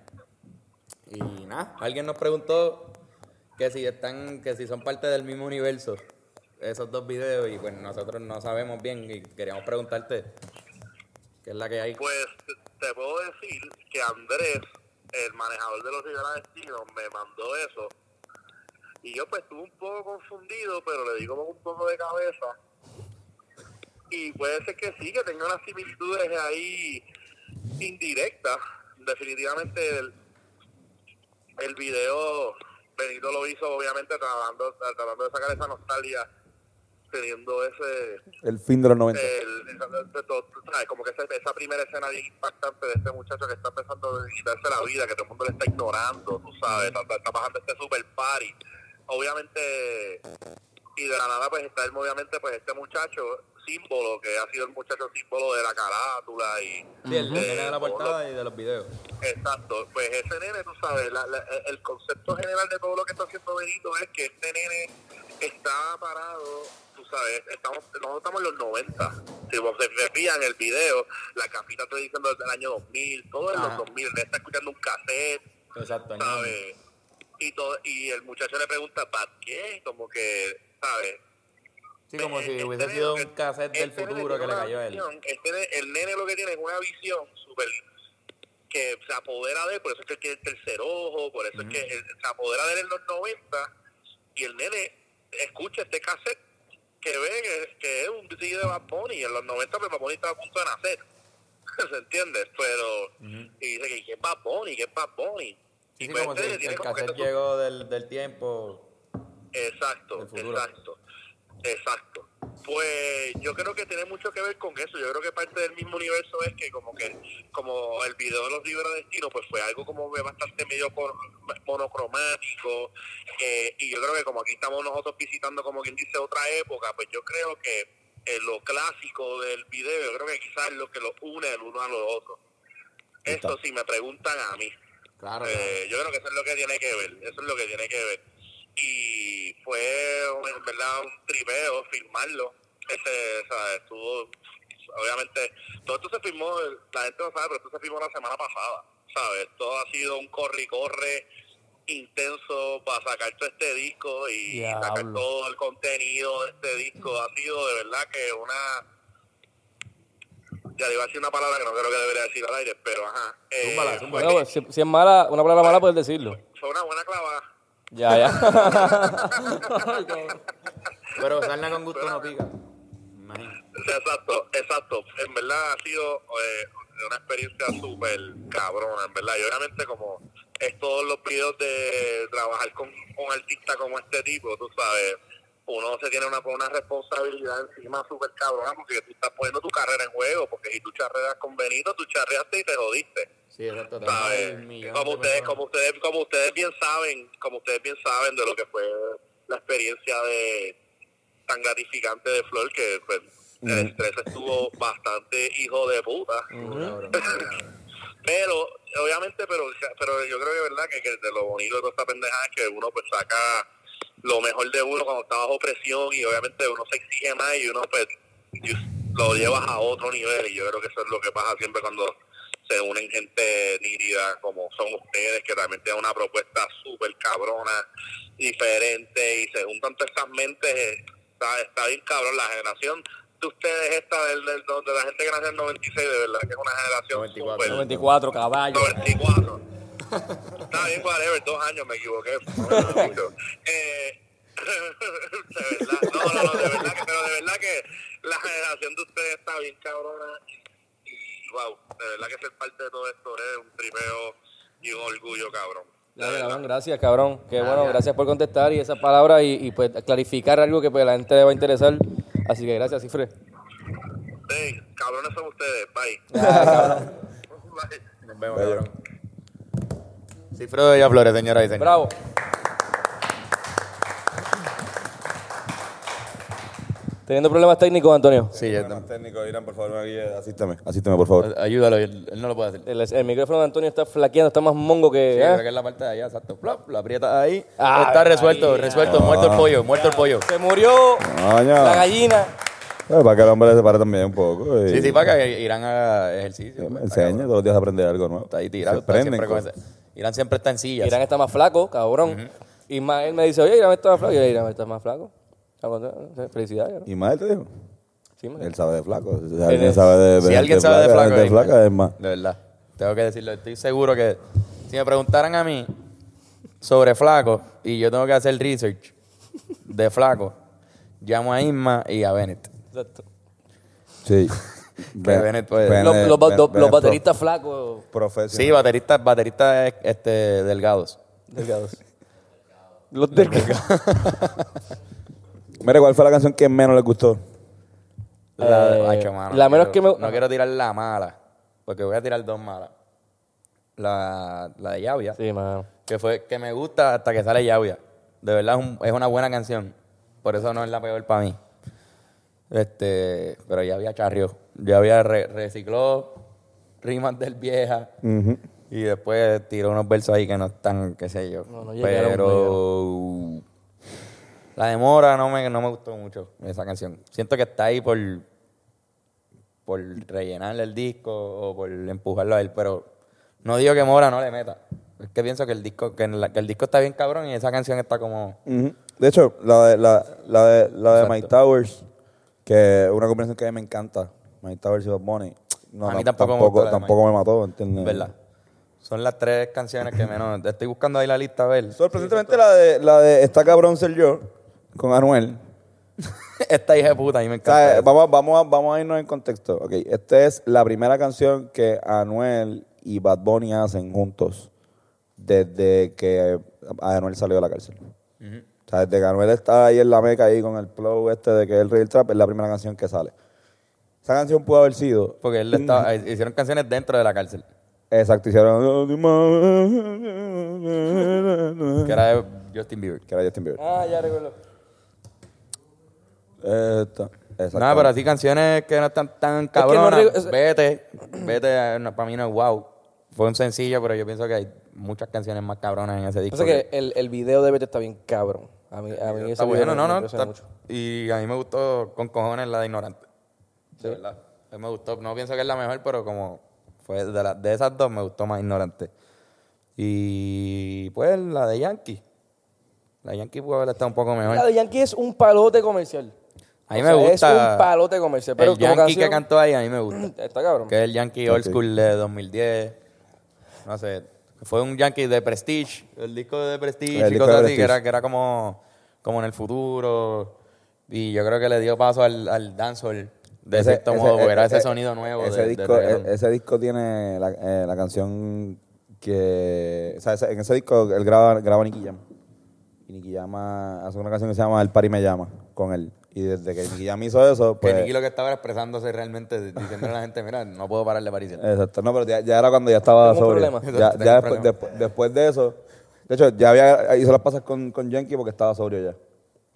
B: Y nada, alguien nos preguntó que si están, que si son parte del mismo universo, esos dos videos, y pues nosotros no sabemos bien, y queríamos preguntarte qué es la que hay.
F: Pues te puedo decir que Andrés, el manejador de los Rivera Destino, me mandó eso. Y yo pues estuve un poco confundido, pero le di como un poco de cabeza. Y puede ser que sí, que tenga unas similitudes ahí indirectas. Definitivamente el, el video Benito lo hizo obviamente tratando, tratando de sacar esa nostalgia, teniendo ese
A: El fin de los 90.
F: el- el- el- todo, tú sabes, como que esa, esa primera escena bien impactante de este muchacho que está empezando a quitarse la vida, que todo el mundo le está ignorando, tú sabes, está, está bajando este super party. Obviamente, y de la nada pues está el- obviamente pues este muchacho símbolo, que ha sido el muchacho símbolo de la carátula y
B: Sí, el
F: de-
B: nene de la portada y de los videos.
F: Exacto, pues ese nene, tú sabes, la- la- el concepto general de todo lo que está haciendo Benito es que este nene está parado, tú sabes, estamos, nosotros estamos en los 90. Si vos se se fijan el video, la capita está diciendo desde el año 2000, todo en
B: Ajá.
F: los 2000, le está escuchando un cassette,
B: Exacto, ¿no?
F: ¿sabes? Y, todo, y el muchacho le pregunta, ¿para qué? Como que, ¿sabes?
B: Sí, como si
F: Eh,
B: hubiese
F: este
B: sido
F: nene-
B: un cassette del
F: este nene
B: futuro que
F: tiene
B: le
F: una
B: cayó a él.
F: visión, este nene- el nene lo que tiene es una visión súper que se apodera de él, por eso es que él tiene el tercer ojo, por eso es que él- se apodera de él en los 90 y el nene escucha este cassette que ve que, que es un CD de Bad Bunny y en los 90 pues Bad Bunny estaba a punto de nacer, ¿se entiende? Pero, y dice que ¿qué es Bad Bunny? ¿qué es Bad Bunny?
B: Sí, sí,
F: pues
B: como si
F: este nene
B: el,
F: tiene
B: el
F: como que
B: cassette
F: este-
B: llegó del, del tiempo.
F: Exacto,
B: Del futuro.
F: exacto, exacto. Pues yo creo que tiene mucho que ver con eso. Yo creo que parte del mismo universo es que como que como el video de los libros de destino pues fue algo como bastante medio cor- monocromático eh, y yo creo que como aquí estamos nosotros visitando como quien dice otra época, pues yo creo que eh, lo clásico del video, yo creo que quizás es lo que los une el uno a los otros. Esto si me preguntan a mí.
B: Claro,
F: Eh, yo creo que eso es lo que tiene que ver, eso es lo que tiene que ver. Y fue, en verdad, un tripeo firmarlo. Ese, o sea, estuvo, obviamente, todo esto se firmó, la gente no sabe, pero esto se firmó la semana pasada, ¿sabes? Todo ha sido un corre y corre intenso para sacar todo este disco y
C: Diablo.
F: sacar todo el contenido de este disco. Ha sido de verdad que una ya le iba a decir una palabra que no creo que debería decir al aire, pero ajá. Eh,
B: Zúmbala, zúmbala.
F: fue-
C: Bueno, pues, si, si es mala, una palabra mala puedes decirlo.
F: Fue una buena clavada.
C: Ya, ya.
B: Pero sarna con gusto no pica. Imagínate.
F: Exacto, exacto. En verdad ha sido eh, una experiencia súper cabrona, en verdad. Y obviamente como es todos los videos de trabajar con un artista como este tipo, tú sabes, uno se tiene una, una responsabilidad encima súper cabrona porque tú estás poniendo tu carrera en juego, porque si tú charreas con Benito, tú charreaste y te jodiste.
B: Sí, exacto. tenemos
F: ¿sabes?
B: un millón
F: Como
B: de
F: ustedes,
B: personas.
F: como ustedes, como ustedes bien saben, como ustedes bien saben de lo que fue la experiencia de tan gratificante de Flor que pues, el estrés estuvo bastante hijo de puta.
B: Cabrón.
F: Pero, obviamente, pero, pero yo creo que verdad que, que de lo bonito de toda esta pendejada es que uno pues saca lo mejor de uno cuando está bajo presión y obviamente uno se exige más y uno pues you- lo llevas a otro nivel y yo creo que eso es lo que pasa siempre cuando se unen gente nítida como son ustedes que también tienen una propuesta súper cabrona, diferente y se juntan todas estas mentes, eh, está, está bien cabrón la generación de ustedes esta del, del- de la gente que nació en el 96 de verdad que es una generación
B: 94.
F: súper-
C: 94 caballos.
F: 94. Está bien, whatever, dos años me equivoqué. Eh, de verdad, no, no, no, de verdad que, pero de verdad que la generación de ustedes está bien cabrona. Y wow, de verdad que ser parte de todo esto es un tripeo y un orgullo, cabrón. De
C: Ya,
F: verdad.
C: cabrón, gracias, cabrón. Qué bueno, gracias por contestar y esas palabras y, y, pues clarificar algo que pues, la gente le va a interesar. Así que gracias, Cifre.
F: Hey, cabrones son ustedes, bye. Bye.
B: Nos vemos, cabrón. Cifro de Villa Flores, señoras y señores.
C: Bravo. Teniendo problemas técnicos, Antonio.
B: Sí, yo
A: Problemas
B: tam-
A: técnicos, Irán, por favor, ven aquí, eh, asísteme. Asísteme, por favor.
B: ayúdalo, él, él no lo puede hacer. Sí,
C: El, el micrófono de Antonio está flaqueando, está más mongo que. ¿eh?
B: creo que es la parte de allá, exacto. Plop, lo aprieta ahí. Ah.
C: Ah,
B: está
C: ahí,
B: resuelto,
C: ya.
B: resuelto, muerto el pollo, muerto el pollo.
C: Se murió
B: Ah,
A: Coño.
C: la gallina.
A: Ah, Eh, para que el hombre se pare también un poco. y-
B: Sí, sí, para que Irán haga ejercicio.
A: Me
B: pues, está
A: enseña,
B: cabrón.
A: todos los días aprender algo nuevo.
B: Está ahí tirado.
A: Se
B: está
A: prenden
B: siempre con
A: cosas.
B: ese- Irán siempre está en sillas.
C: Irán está más flaco, cabrón. Ismael me dice, oye, Irán está más flaco. Y yo, Irán está más flaco. Felicidades. ¿no?
A: Y más él te dijo.
C: Sí, me-
A: Él sabe de flaco. Si
C: Él
A: alguien
C: es-
A: sabe de,
B: si alguien sabe de flaco,
A: de
B: es
A: flaca,
B: Ismael.
A: es más.
B: De verdad. Tengo que decirlo. Estoy seguro que si me preguntaran a mí sobre flaco y yo tengo que hacer research de flaco, llamo a Isma y a Bennett.
C: Exacto.
A: Sí. Ben-
B: Bennett puede-
A: Ben-
C: Los, los ba-
A: Ben-
C: los-
A: Ben-
C: los
A: pro-
C: bateristas flacos.
A: Profesional.
B: Sí, bateristas bateristas este, delgados.
C: Delgados. Los delgados.
A: Mira, ¿cuál fue la canción que menos le gustó?
B: La,
C: Eh,
B: Ay, mano,
C: la
B: no
C: menos
B: quiero-
C: que me-
B: No quiero tirar la mala, porque voy a tirar dos malas. La, la de Llavia,
C: Sí, mano.
B: que fue que me gusta hasta que sale Llavia. De verdad es, un- es una buena canción, por eso no es la peor para mí. Este, pero Llavia charrió. Llavia re- recicló rimas del vieja y después tiró unos versos ahí que no están, qué sé yo.
C: No, no llegaron,
B: pero...
C: no
B: La demora no me, no me gustó mucho esa canción. Siento que está ahí por, por rellenarle el disco o por empujarlo a él, pero no digo que Mora no le meta. Es que pienso que el disco, que, en la- que el disco está bien cabrón y esa canción está como.
A: Ujú. De hecho, la de, la, la de, la de
B: Exacto.
A: My Towers, que es una combinación que a mí me encanta. My Towers y Bad Bunny. No,
B: A mí
A: no,
B: tampoco me
A: tampoco,
B: gustó la de
A: tampoco
B: Mike.
A: me mató, ¿entiendes?
B: ¿Verdad? Son las tres canciones que menos. Estoy buscando ahí la lista a ver.
A: Sorprendentemente la de, la de Está cabrón ser yo, con Anuel.
B: Esta hija de puta, a mí me
A: O sea,
B: encanta.
A: eh, vamos, vamos, a, vamos a irnos en contexto. Ok, esta es la primera canción que Anuel y Bad Bunny hacen juntos desde que Anuel salió de la cárcel. O sea, desde que Anuel está ahí en la meca ahí con el flow este de que es el Real Trap, es la primera canción que sale. Esa canción pudo haber sido...
B: Porque él estaba, hicieron canciones dentro de la cárcel.
A: Exacto, hicieron...
B: Que era de Justin Bieber.
A: que era Justin Bieber.
C: Ah, ya recuerdo.
A: Esta, exacto.
B: No, pero así canciones que no están tan
C: que no
B: cabronas.
C: re- es-
B: Vete, vete, para mí no es wow. Fue un sencillo, pero yo pienso que hay muchas canciones más cabronas en ese disco.
C: Pasa que el, el video de Vete está bien cabrón. A mí, a mí ese
B: está
C: video
B: bueno,
C: me-
B: no,
C: me
B: no.
C: impresiona
B: está-
C: mucho.
B: y a mí me gustó con cojones la de Ignorante. De verdad. A mí Me gustó, no pienso que es la mejor, pero como fue de, la- de esas dos, me gustó más Ignorante. Y pues la de Yankee. La Yankee pudo haber estado un poco mejor.
C: La de Yankee es un palote comercial.
B: A mí
C: O
B: me
C: sea,
B: gusta.
C: Es un palote comercial. Pero
B: el
C: como
B: Yankee que
C: canción,
B: cantó ahí, a mí me gusta.
C: Está cabrón.
B: Que es el Yankee Old School de 2010. No sé. Fue un Yankee de Prestige. El disco de Prestige
A: El
B: y
A: disco
B: cosas
A: de
B: así, que
A: Prestige.
B: era, que era como, como en el futuro. Y yo creo que le dio paso al, al dancehall de cierto modo, porque era ese
A: eh,
B: sonido nuevo.
A: Ese,
B: de- de
A: disco,
B: reggaetón.
A: e- ese disco tiene la, eh, la canción que. O sea, ese- en ese disco él graba, graba Nicky Jam. Y Nicky Jam ah, hace una canción que se llama El Pari Me Llama con él. Y desde que Nicky Jam hizo eso,
B: que
A: pues.
B: Nicky lo que estaba era expresándose realmente, diciéndole a la gente, mira, no puedo parar de París.
A: Exacto, no, pero ya, ya era cuando ya estaba
C: Tengo un
A: sobrio.
C: problema.
A: Ya,
B: Exacto,
A: ya
B: tengo un
A: después, despu- después de eso. De hecho, ya había, hizo las pasas con, con Yankee porque estaba sobrio ya.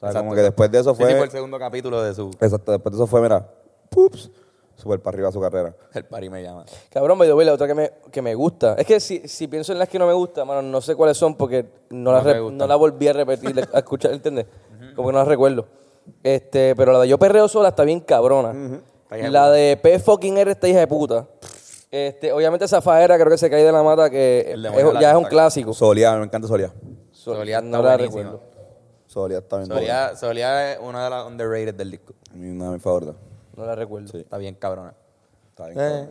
A: O sea, como que después de eso
B: Sí, sí, fue
A: fue.
B: el segundo capítulo de su
A: Exacto, después de eso fue, mira, pups, super para arriba su carrera.
B: El París me llama.
C: Cabrón, by the way, la otra que me, que me gusta. Es que si, si pienso en las que no me gustan, mano, no sé cuáles son porque no, las
B: me
C: re-
B: gustan.
C: no las volví a repetir, a escuchar, ¿entiendes? Como que no las recuerdo. Este, pero la de Yo Perreo Sola está bien cabrona.
B: Está hija de
C: La
B: puta.
C: de P fucking R está hija de puta. Este, obviamente esa fajera creo que se cae de la mata que
B: El
C: es-
B: demonio la
C: ya es
B: ataca.
C: un clásico.
A: Soleá, me encanta Soleá.
C: So-
B: Soledad está
C: no la
B: buenísima.
C: recuerdo.
A: Soleá está bien. buena.
B: Solía, Solía es una de las underrated del disco.
A: A mí Una de mis favoritas.
C: No la recuerdo.
B: Está bien cabrona.
A: Está bien.
B: Eh,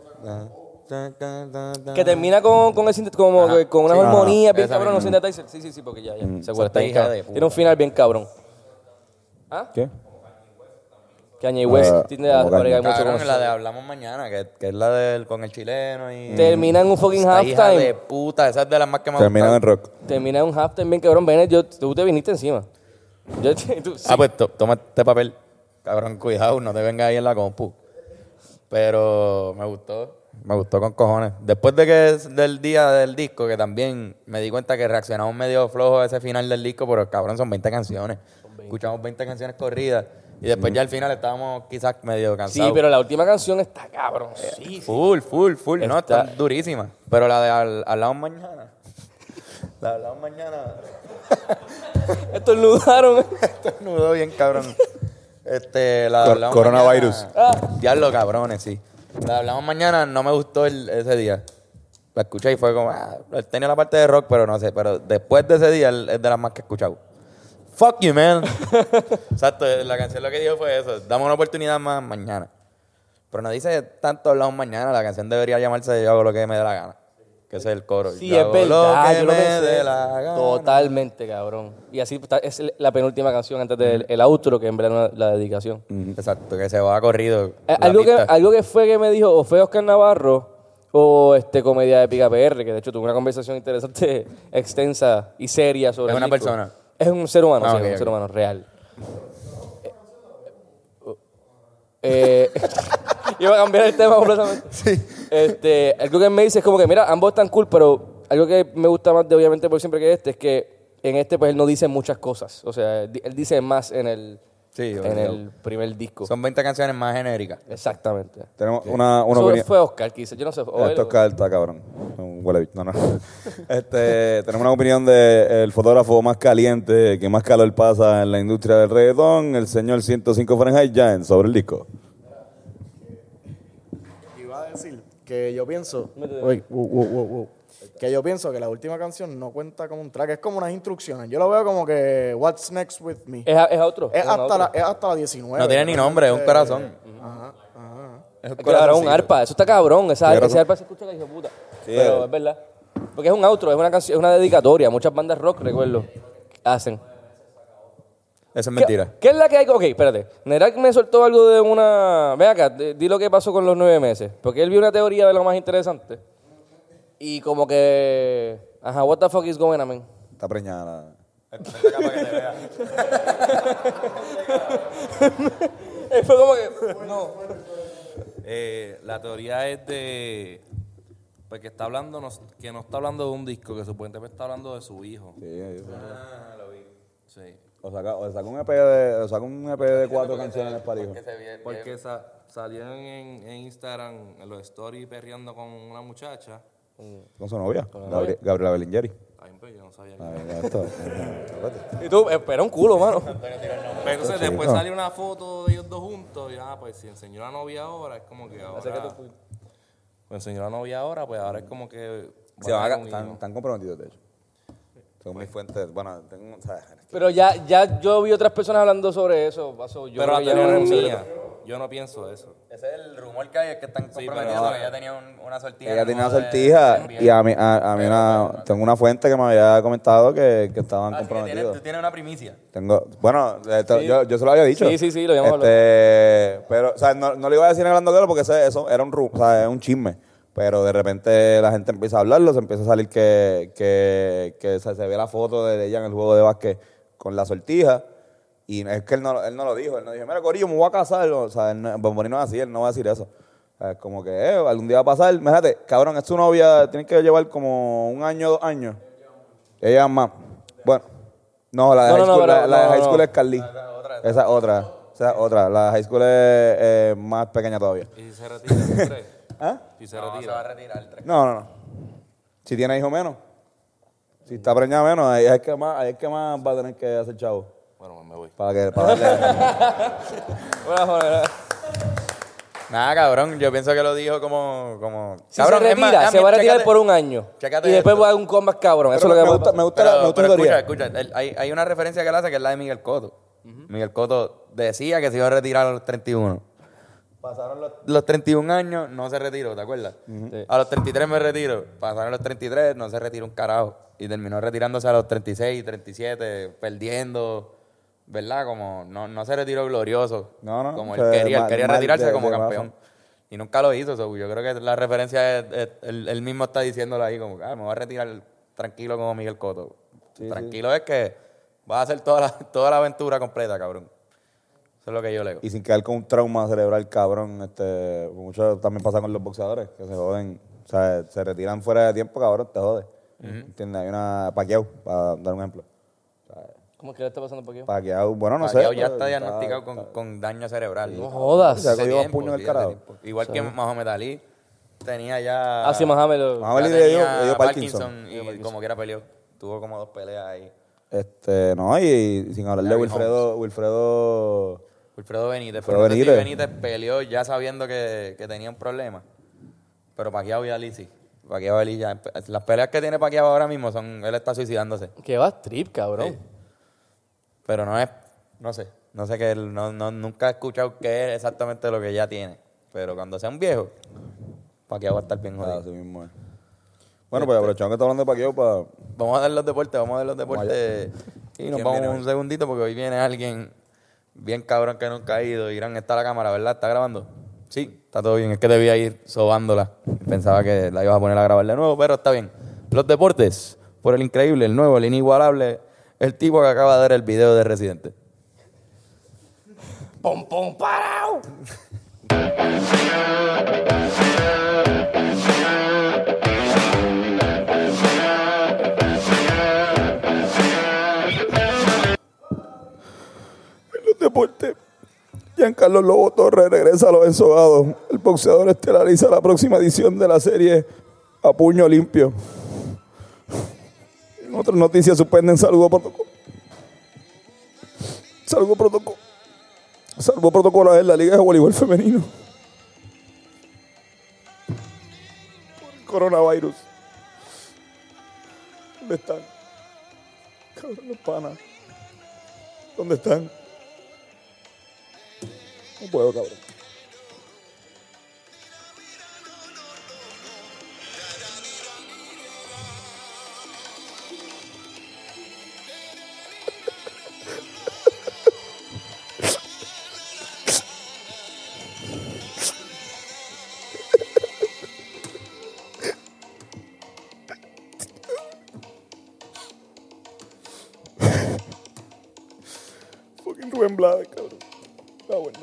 B: ta, ta, ta, ta.
C: Que termina con, con, el sinte- como
B: Ajá.
C: que con una
B: Sí.
C: armonía bien
B: Esa
C: cabrón,
B: misma. Mm.
C: ¿no? Synthetizer. Sí, sí, sí, porque ya, ya. Se acuerda,
B: Esa
C: está bien
B: hija
C: cabrón.
B: de puta.
C: Tiene un final bien cabrón.
A: ¿Qué?
C: Kanye West
A: Ah,
C: tiene a
A: como
C: bregar mucho con
B: Cabrón,
C: eso.
B: la de hablamos mañana, que, que es la del con el chileno y.
C: Terminan un fucking
B: Esta hija de
C: halftime.
B: puta, esa es de las más que me ha
A: Terminado en
B: gustado.
A: rock.
C: Terminan un halftime bien cabrón. Bennett, yo, tú te viniste encima. Yo, te- tú- sí.
B: Ah, pues to- toma este papel. Cabrón, cuidado, no te vengas ahí en la compu. Pero me gustó. Me gustó con cojones. Después de que es del día del disco, que también me di cuenta que reaccionamos medio flojo a ese final del disco, pero cabrón, son 20 canciones. Escuchamos 20 canciones corridas. Y después
C: Mm.
B: ya al final estábamos quizás medio
C: Sí,
B: cansados.
C: pero la última canción está cabrón. Sí,
B: Full, full, full. No,
C: Está-
B: está durísima. Pero la de al, al lado mañana. La de al lado mañana.
C: Estornudaron.
B: Estornudó bien, cabrón. Este, la de
A: Cor-
B: hablamos
A: coronavirus.
C: Ah.
B: mañana- Diablo, cabrones, sí. La de hablamos mañana no me gustó el- ese día. La escuché y fue como, ah, tenía la parte de rock, pero no sé. Pero después de ese día el- es de las más que he escuchado. Fuck you, man. Exacto, la canción lo que dijo fue eso. Dame una oportunidad más mañana. Pero no dice tanto hablamos mañana. La canción debería llamarse Yo hago lo que me dé la gana. Que ese es el coro.
C: Sí,
B: Yo
C: es
B: hago
C: verdad.
B: Lo que
C: yo lo
B: me
C: pensé.
B: dé la gana.
C: Totalmente, cabrón. Y así está- es la penúltima canción antes del el outro, que en verdad no es la dedicación.
B: Exacto, que se va corrido.
C: Eh,
B: la
C: algo, que,
B: pista.
C: algo que fue que me dijo o fue Oscar Navarro o este Comedia de Pica PR, que de hecho tuve una conversación interesante, extensa y seria sobre
B: ¿Es
C: el
B: una
C: disco.
B: persona?
C: Es un ser humano,
B: Ah,
C: sí,
B: ok,
C: es un
B: ok.
C: ser humano real. Eh, iba a cambiar el tema completamente. Este, algo que él me dice es como que, mira, ambos están cool, pero algo que me gusta más de obviamente por siempre que este es que en este pues él no dice muchas cosas. O sea, di- él dice más en el,
B: Sí,
C: en
B: obligado.
C: el primer disco.
B: Son 20 canciones más genéricas.
C: Exactamente.
A: Tenemos una, una
C: Eso
A: opinión. Eh,
C: fue Oscar que hizo, yo no sé. o él,
A: Esto es carta, cabrón. Un huele bicho. No, no. Este, tenemos una opinión del fotógrafo más caliente, que más calor pasa en la industria del reggaetón, el señor 105 Fahrenheit Giant, sobre el disco.
G: Iba a decir que yo pienso. Uy, uh, uh, uh, uh. Que yo pienso que la última canción no cuenta como un track, es como unas instrucciones. Yo lo veo como que What's Next with Me.
C: es, a- es a otro.
G: es,
C: a
G: hasta
C: otro.
G: la, es hasta la Eh, 19.
B: No tiene ni nombre, es
H: eh,
B: un corazón. Es un
C: Es que Claro, un
B: corazoncito.
C: arpa. Eso está cabrón. Esa,
A: Tiene
C: ese
A: razón.
C: arpa se escucha que hijo puta. Pero es verdad. Porque es un outro, es una canción, es una dedicatoria. Muchas bandas rock, recuerdo, hacen.
B: Eso es
C: ¿Qué-
B: mentira.
C: ¿Qué, es la que hay? Ok, espérate. Nerak me soltó algo de una. Ven acá, di di lo que pasó con los nueve meses. Porque él vio una teoría de lo más interesante. Y como que. Ajá, what the fuck is going on, man?
A: Está preñada.
C: Él Fue como que. No.
H: Eh, la teoría es de. Porque está hablando, no- que no está hablando de un disco, que supuestamente está hablando de su hijo.
A: Sí, sí.
H: Sí.
A: O saca, o saca un EP de, o saca un EP de cuatro canciones para hijo.
H: Porque sa- salieron en, en Instagram en los stories perreando con una muchacha.
A: Con su novia, Gabri- Gabriela Bellingeri.
H: Ay, pero yo no sabía.
A: Ahí, esto. Espérate.
C: Y tú, espera un culo, mano.
H: Pero entonces después salió una foto de ellos dos juntos y ah, pues si enseñó la novia ahora, es como que ahora. Pues enseñó la novia ahora, pues ahora es como que.
A: Se van a-
H: un
A: están,
H: hijo.
A: están comprometidos, de hecho. Son mis fuentes. Bueno, tengo. ¿sabes?
C: Pero ya, ya yo vi otras personas hablando sobre eso. pasó, yo
H: Pero la
C: creo que ya
H: teoría no
C: no
H: es
C: sé.
H: mía. Yo no pienso eso.
B: Ese es el rumor que hay, es que están comprometidos porque ella tenía un- una sortija.
A: Ella tiene una
B: como de-
A: sortija
B: de-
A: y a mí, a, a mí una, tengo una fuente que me había comentado que, que estaban
B: Ah, sí, que tienes-
A: comprometidos.
B: Tú tienes una primicia.
A: Tengo, bueno, esto- yo, yo se lo había dicho.
C: Sí, sí, sí, lo habíamos
A: este, Pero, o sea, no, no lo iba a decir hablando claro porque ese- eso era un, ru- o sea, es un chisme. Pero de repente la gente empieza a hablarlo, se empieza a salir que, que, que se, se ve la foto de ella en el juego de básquet con la sortija. Y es que él no, él no lo dijo. Él no dijo, mira, Corillo, me voy a casar. O sea, él no, Bomboni no es así, él no va a decir eso. O sea, es como que eh, algún día va a pasar. Fíjate, cabrón, es tu novia, tiene que llevar como un año, dos años. Ella más. Bueno. No, la de
C: No,
A: high
C: no, no,
A: school, la,
C: pero-
A: la de
C: no,
A: high
C: no.
A: school es Carly. Esa es otra. Esa es otra. La de high school es eh, más pequeña todavía. ¿Ah?
H: Y si se retira, ¿tú crees? Si se
B: No, se va
H: retira.
B: a retirar. tranquilo.
A: No, no, no. Si tiene hijos menos. Si está preñada menos, ahí es que más, ahí es que más va a tener que hacer chavo.
H: Bueno, pues me voy.
A: Para que, para darle.
C: Bueno, bueno,
B: Nada, cabrón, yo pienso que lo dijo como. como
C: Si se retira, se va a retirar por un año.
B: chécate
C: Y después
B: esto.
C: va a dar un comeback cabrón. Eso
A: Pero
C: es lo que
A: me
C: va a
A: gusta,
C: pasar.
A: me gusta, la, me gusta la teoría.
B: escucha, escucha, el- hay, hay una referencia que él hace que es la de Miguel Cotto. Miguel Cotto decía que se iba a retirar a los 31. Pasaron los, los 31 años, no se retiró, ¿te acuerdas?
C: Sí.
B: A los 33 me retiro. Pasaron los 33, no se retiró un carajo. Y terminó retirándose a los 36, 37, perdiendo, ¿verdad? Como no, no se retiró glorioso.
A: No, no,
B: Como
A: se-
B: él quería, él
A: mal-
B: quería
A: mal
B: retirarse
A: de-
B: como
A: de
B: campeón.
A: baja.
B: Y nunca lo hizo, so, yo creo que la referencia es, es- él, él mismo está diciéndolo ahí, como, ah, me voy a retirar tranquilo como Miguel Cotto. tranquilo es que vas a hacer toda la, toda la aventura completa, cabrón. Eso es lo que yo leo.
A: Y sin quedar con un trauma cerebral, cabrón. Este, mucho también pasa con los boxeadores, que se joden. O sea, se retiran fuera de tiempo, cabrón, te jode. ¿Entiendes? Hay una. Paqueo, para dar un ejemplo.
C: ¿Cómo que le está pasando por aquí?
A: Paqueado, bueno, no
B: Pacquiao
A: sé.
B: ya
A: pero
B: está diagnosticado con, con daño cerebral.
C: No jodas.
A: Se ha
B: Hace
A: cogido a
B: tiempo,
A: puño
B: sí,
A: del
B: hace
A: carajo.
B: tiempo. Igual que Mahomet Ali tenía ya.
C: Así más
A: Vamos a ver,
B: ya
A: le dio,
B: tenía
A: le dio Parkinson.
B: y como quiera peleó. Tuvo como dos peleas ahí.
A: Este, no, y, y sin hablar de
B: Larry
A: Wilfredo, Wilfredo,
B: Wilfredo Benítez.
A: Wilfredo
B: Pero Benítez.
A: Benítez.
B: Benítez peleó ya sabiendo que, que tenía un problema. Pero Pacquiao y Ali sí. Pacquiao y Ali ya. empe- Las peleas que tiene Pacquiao ahora mismo son. Él está suicidándose.
C: Que va trip, cabrón.
B: Pero no es. No sé. No sé que no, no, nunca he escuchado qué es exactamente lo que ya tiene. Pero cuando sea un viejo, Pacquiao va a estar bien
A: ah,
B: jodido.
A: así mismo es. Bueno,
B: Este.
A: pues aprovechamos que está hablando de Paqueo para...
B: Vamos a dar los deportes, vamos a dar los deportes. Y nos
A: ¿Quién
B: vamos
A: viene hoy?
B: un segundito porque hoy viene alguien bien cabrón que nunca ha ido. Irán está la cámara, ¿verdad? ¿Está grabando? Sí, está todo bien. Es que debía ir sobándola. Pensaba que la ibas a poner a grabar de nuevo, pero está bien. Los deportes, por el increíble, el nuevo, el inigualable, el tipo que acaba de dar el video de Residente.
C: ¡Pum, pum, parao!
A: Los deportes. Giancarlo Lobo Torres regresa a los ensogados. El boxeador estelariza la próxima edición de la serie a puño limpio. En otras noticias suspenden saludo protocolo. Saludo protocolo. Salvo protocolo en la Liga de Voleibol Femenino. Por el coronavirus. ¿Dónde están? Cabrón, los panas. ¿Dónde están? No puedo, cabrón. Fucking Rubén Blades, cabrón. Está buena.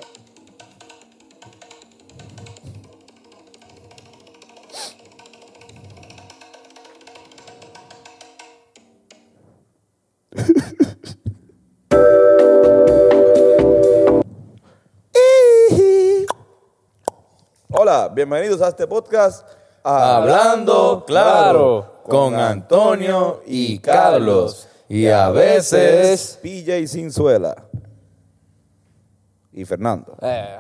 A: Hola, bienvenidos a este podcast
C: Hablando Claro,
A: con Antonio y Carlos. Y a veces PJ Sinzuela. Y Fernando.
C: Eh,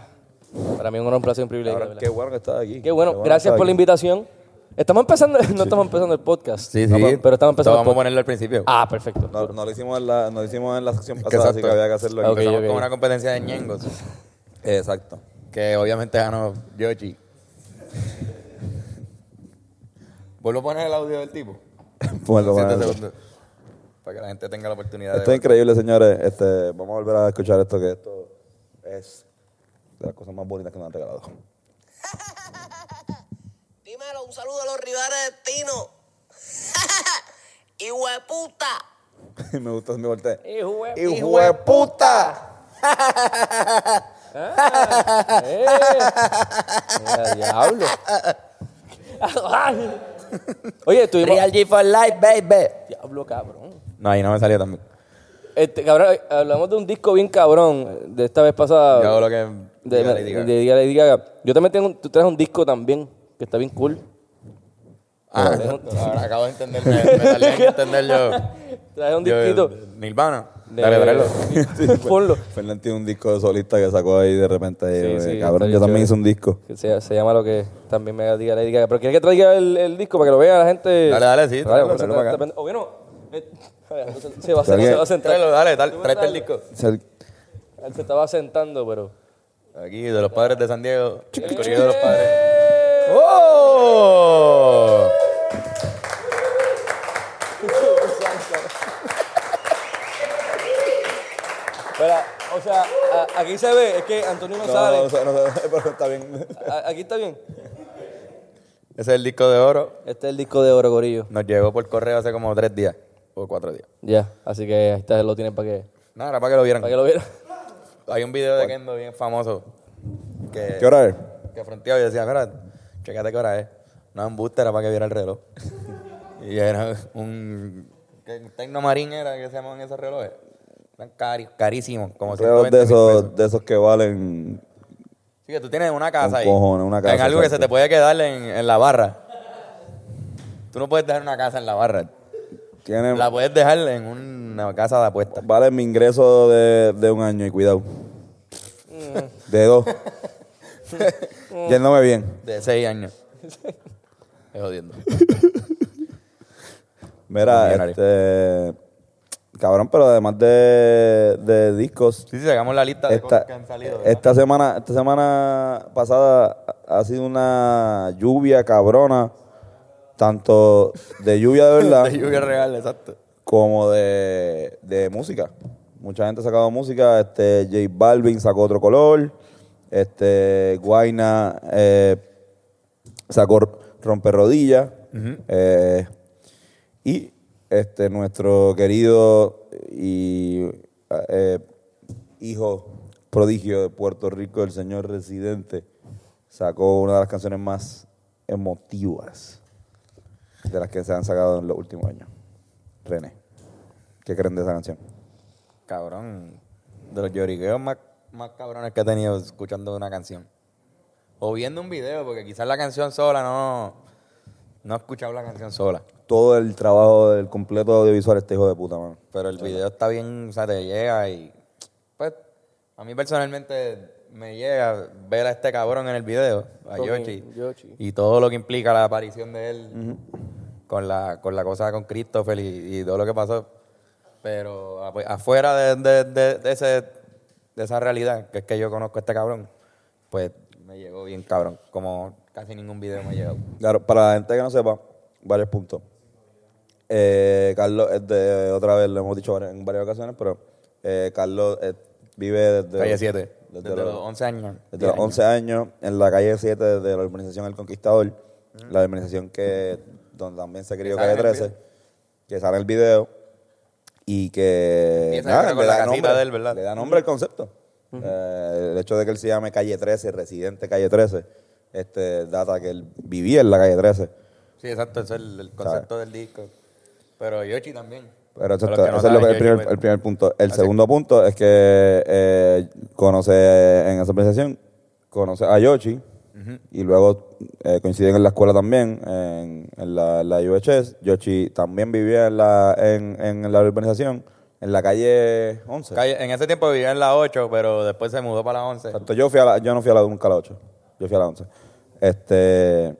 C: para mí es un honor, un placer, un privilegio. de
A: Cabrón, qué
C: verdad.
A: bueno que estás aquí.
C: Qué bueno, gracias por la invitación. Estamos empezando, no estamos empezando el podcast. No, pero- Pero estamos empezando el
B: Vamos a
C: podcast.
B: ponerlo al principio.
C: Ah, perfecto.
A: No, no lo hicimos en la, no lo hicimos en la sección
B: Es que
A: pasada, así
B: exacto.
A: que había que hacerlo aquí.
C: Ok,
B: Empezamos
C: ok.
B: con una competencia de ñengos,
A: Exacto.
B: que obviamente ganó Yoshi. ¿Vos lo pones el audio del tipo?
A: Bueno, bueno.
B: Siete segundos. Para que la gente tenga la oportunidad
A: Esto
B: de.
A: es increíble, señores. Este, vamos a volver a escuchar esto, que esto es de las cosas más bonitas que nos han regalado.
D: Dímelo, un saludo a los rivales de Tino. Hijo de puta.
A: me gustó mi volteé.
C: Hijo de-
A: ¡Hijo de puta!
C: ¡Eh! Mira, diablo! Ay. Oye, estuvimos...
B: G for life, baby.
C: Diablo, cabrón.
B: No, ahí no me salió también.
C: Este, cabrón, hablamos de un disco bien cabrón eh, de esta vez pasada.
B: Yo hago lo que.
C: De,
B: diga
C: de,
B: Lady Gaga.
C: de Lady Gaga. Yo también tengo... un- Tú traes un disco también que está bien cool.
B: Ah, exacto. ahora acabo de entender. Me, me tardé en entender yo.
C: Traes un
B: yo
C: disquito...
B: Nirvana.
C: de-
B: Dale, tráelo.
C: Ponlo.
A: Fernán tiene un disco de solista que sacó ahí de repente. eh,
C: sí, está
A: cabrón,
C: bien
A: yo
C: chévere.
A: también hice un disco.
C: Que se, se llama lo que también me diga Lady Gaga. Pero quieres que traiga el, el disco para que lo vea la gente.
B: Dale, dale, sí,
C: Dale,
B: tráelo,
C: vamos a
B: tráelo
C: sentar-
B: para
C: O bueno, eh, se va a sentar.
A: Dale.
C: Se va a sentar.
B: Tráelo, dale, tal-
C: Tú
B: tráete el
C: dale.
B: disco.
A: Sal-
C: Él se estaba sentando, pero.
B: Aquí, de los padres de San Diego. El corrido de los padres.
C: ¡Eh!
B: ¡Oh!
C: Pero, o sea, a- aquí se ve, es que Antonio no,
A: No,
C: sale.
A: no, no, no, pero está bien.
C: A- aquí está bien.
B: Ese es el disco de oro.
C: Este es el disco de Oro Gorillo.
B: Nos llegó por correo hace como tres días o cuatro días.
C: Ya, así que ahí está, lo tienen para que,
B: Nada, era para que lo vieran.
C: para que lo vieran.
B: Hay un video de Kendo bien famoso que,
A: ¿Qué hora es?
B: que fronteaba y decía, mira, checate qué hora es. No, un booster era para que viera el reloj. y era un... ¿qué? ¿Un tecnomarín era que se llamaban esos relojes? Están cari- carísimos, como
A: Creo
B: 120
A: de
B: mil
A: esos,
B: pesos.
A: de esos que valen
B: Sí, que tú tienes una casa
A: Un
B: ahí.
A: cojones, una casa,
B: En algo que se
A: exacto.
B: te puede quedar en, en la barra. Tú no puedes dejar una casa en la barra.
A: tienen,
B: La puedes dejar en una casa de apuestas.
A: valen mi ingreso de, de un año y cuidado.
B: Mm.
A: De dos. Yéndome bien.
B: De seis años. Es jodiendo.
A: Mira,
B: Millonario.
A: este. Cabrón, pero además de, de discos,
B: Sí, sí, sacamos la lista de cosas
A: esta,
B: que han salido. ¿verdad?
A: esta semana esta semana pasada ha sido una lluvia cabrona tanto de lluvia de verdad
B: De lluvia real, exacto.
A: como de, de música mucha gente ha sacado música este J Balvin sacó otro color este Guaina eh, sacó romper rodillas eh, y este nuestro querido y eh, hijo prodigio de Puerto Rico, el señor residente, sacó una de las canciones más emotivas de las que se han sacado en los últimos años. René, ¿qué creen de esa canción?
B: Cabrón. De los lloriqueos más, más cabrones que he tenido escuchando una canción. O viendo un video, porque quizás la canción sola no. No he escuchado la canción sola.
A: Todo el trabajo del completo audiovisual este hijo de puta, mano.
B: Pero el video está bien, o sea, te llega y. Pues, a mí personalmente me llega ver a este cabrón en el video, a
C: Con
B: Yoshi.
C: Yoshi.
B: Y todo lo que implica la aparición de él con, la, con la cosa con Christopher y, y todo lo que pasó. Pero afu- afuera de, de- de- de ese, de esa realidad, que es que yo conozco a este cabrón, pues me llegó bien cabrón. Como casi ningún video me ha llegado.
A: Claro, para la gente que no sepa, varios puntos. Eh, Carlos, es de- otra vez lo hemos dicho varias- en varias ocasiones, pero eh, Carlos eh, vive desde...
B: Calle 7.
A: desde
B: Desde,
A: los-
B: los 11 años.
A: Desde los 11 años, en la calle 7 de la urbanización El Conquistador, la urbanización que, donde también se crió
B: Que sale
A: Calle
B: en el
A: 13, que sale en el video y que
B: Empieza, creo, con la casita
A: nombre,
B: de él, ¿verdad?
A: le da nombre al concepto. Eh, el hecho de que él se llame Calle 13, residente Calle 13, este, data que él vivía en la Calle 13.
B: Sí, exacto, ese es el, el concepto del disco. Pero Yoshi también.
A: Pero eso, está-
B: Para los que no
A: eso es lo que
B: saben,
A: el primer,
B: Yoshi,
A: el
B: pues,
A: primer punto. El
B: Así.
A: segundo punto es que eh, conoce en esa presentación, conoce a Yoshi y luego eh, coinciden en la escuela también, en, en la, en la UHS. Yoshi también vivía en la, en, en la urbanización, en la calle 11.
B: Calle- en ese tiempo vivía en la 8, pero después se mudó para la 11.
A: Exacto, yo, fui a la- yo no fui a la, nunca a la 8, yo fui a la 11. Este,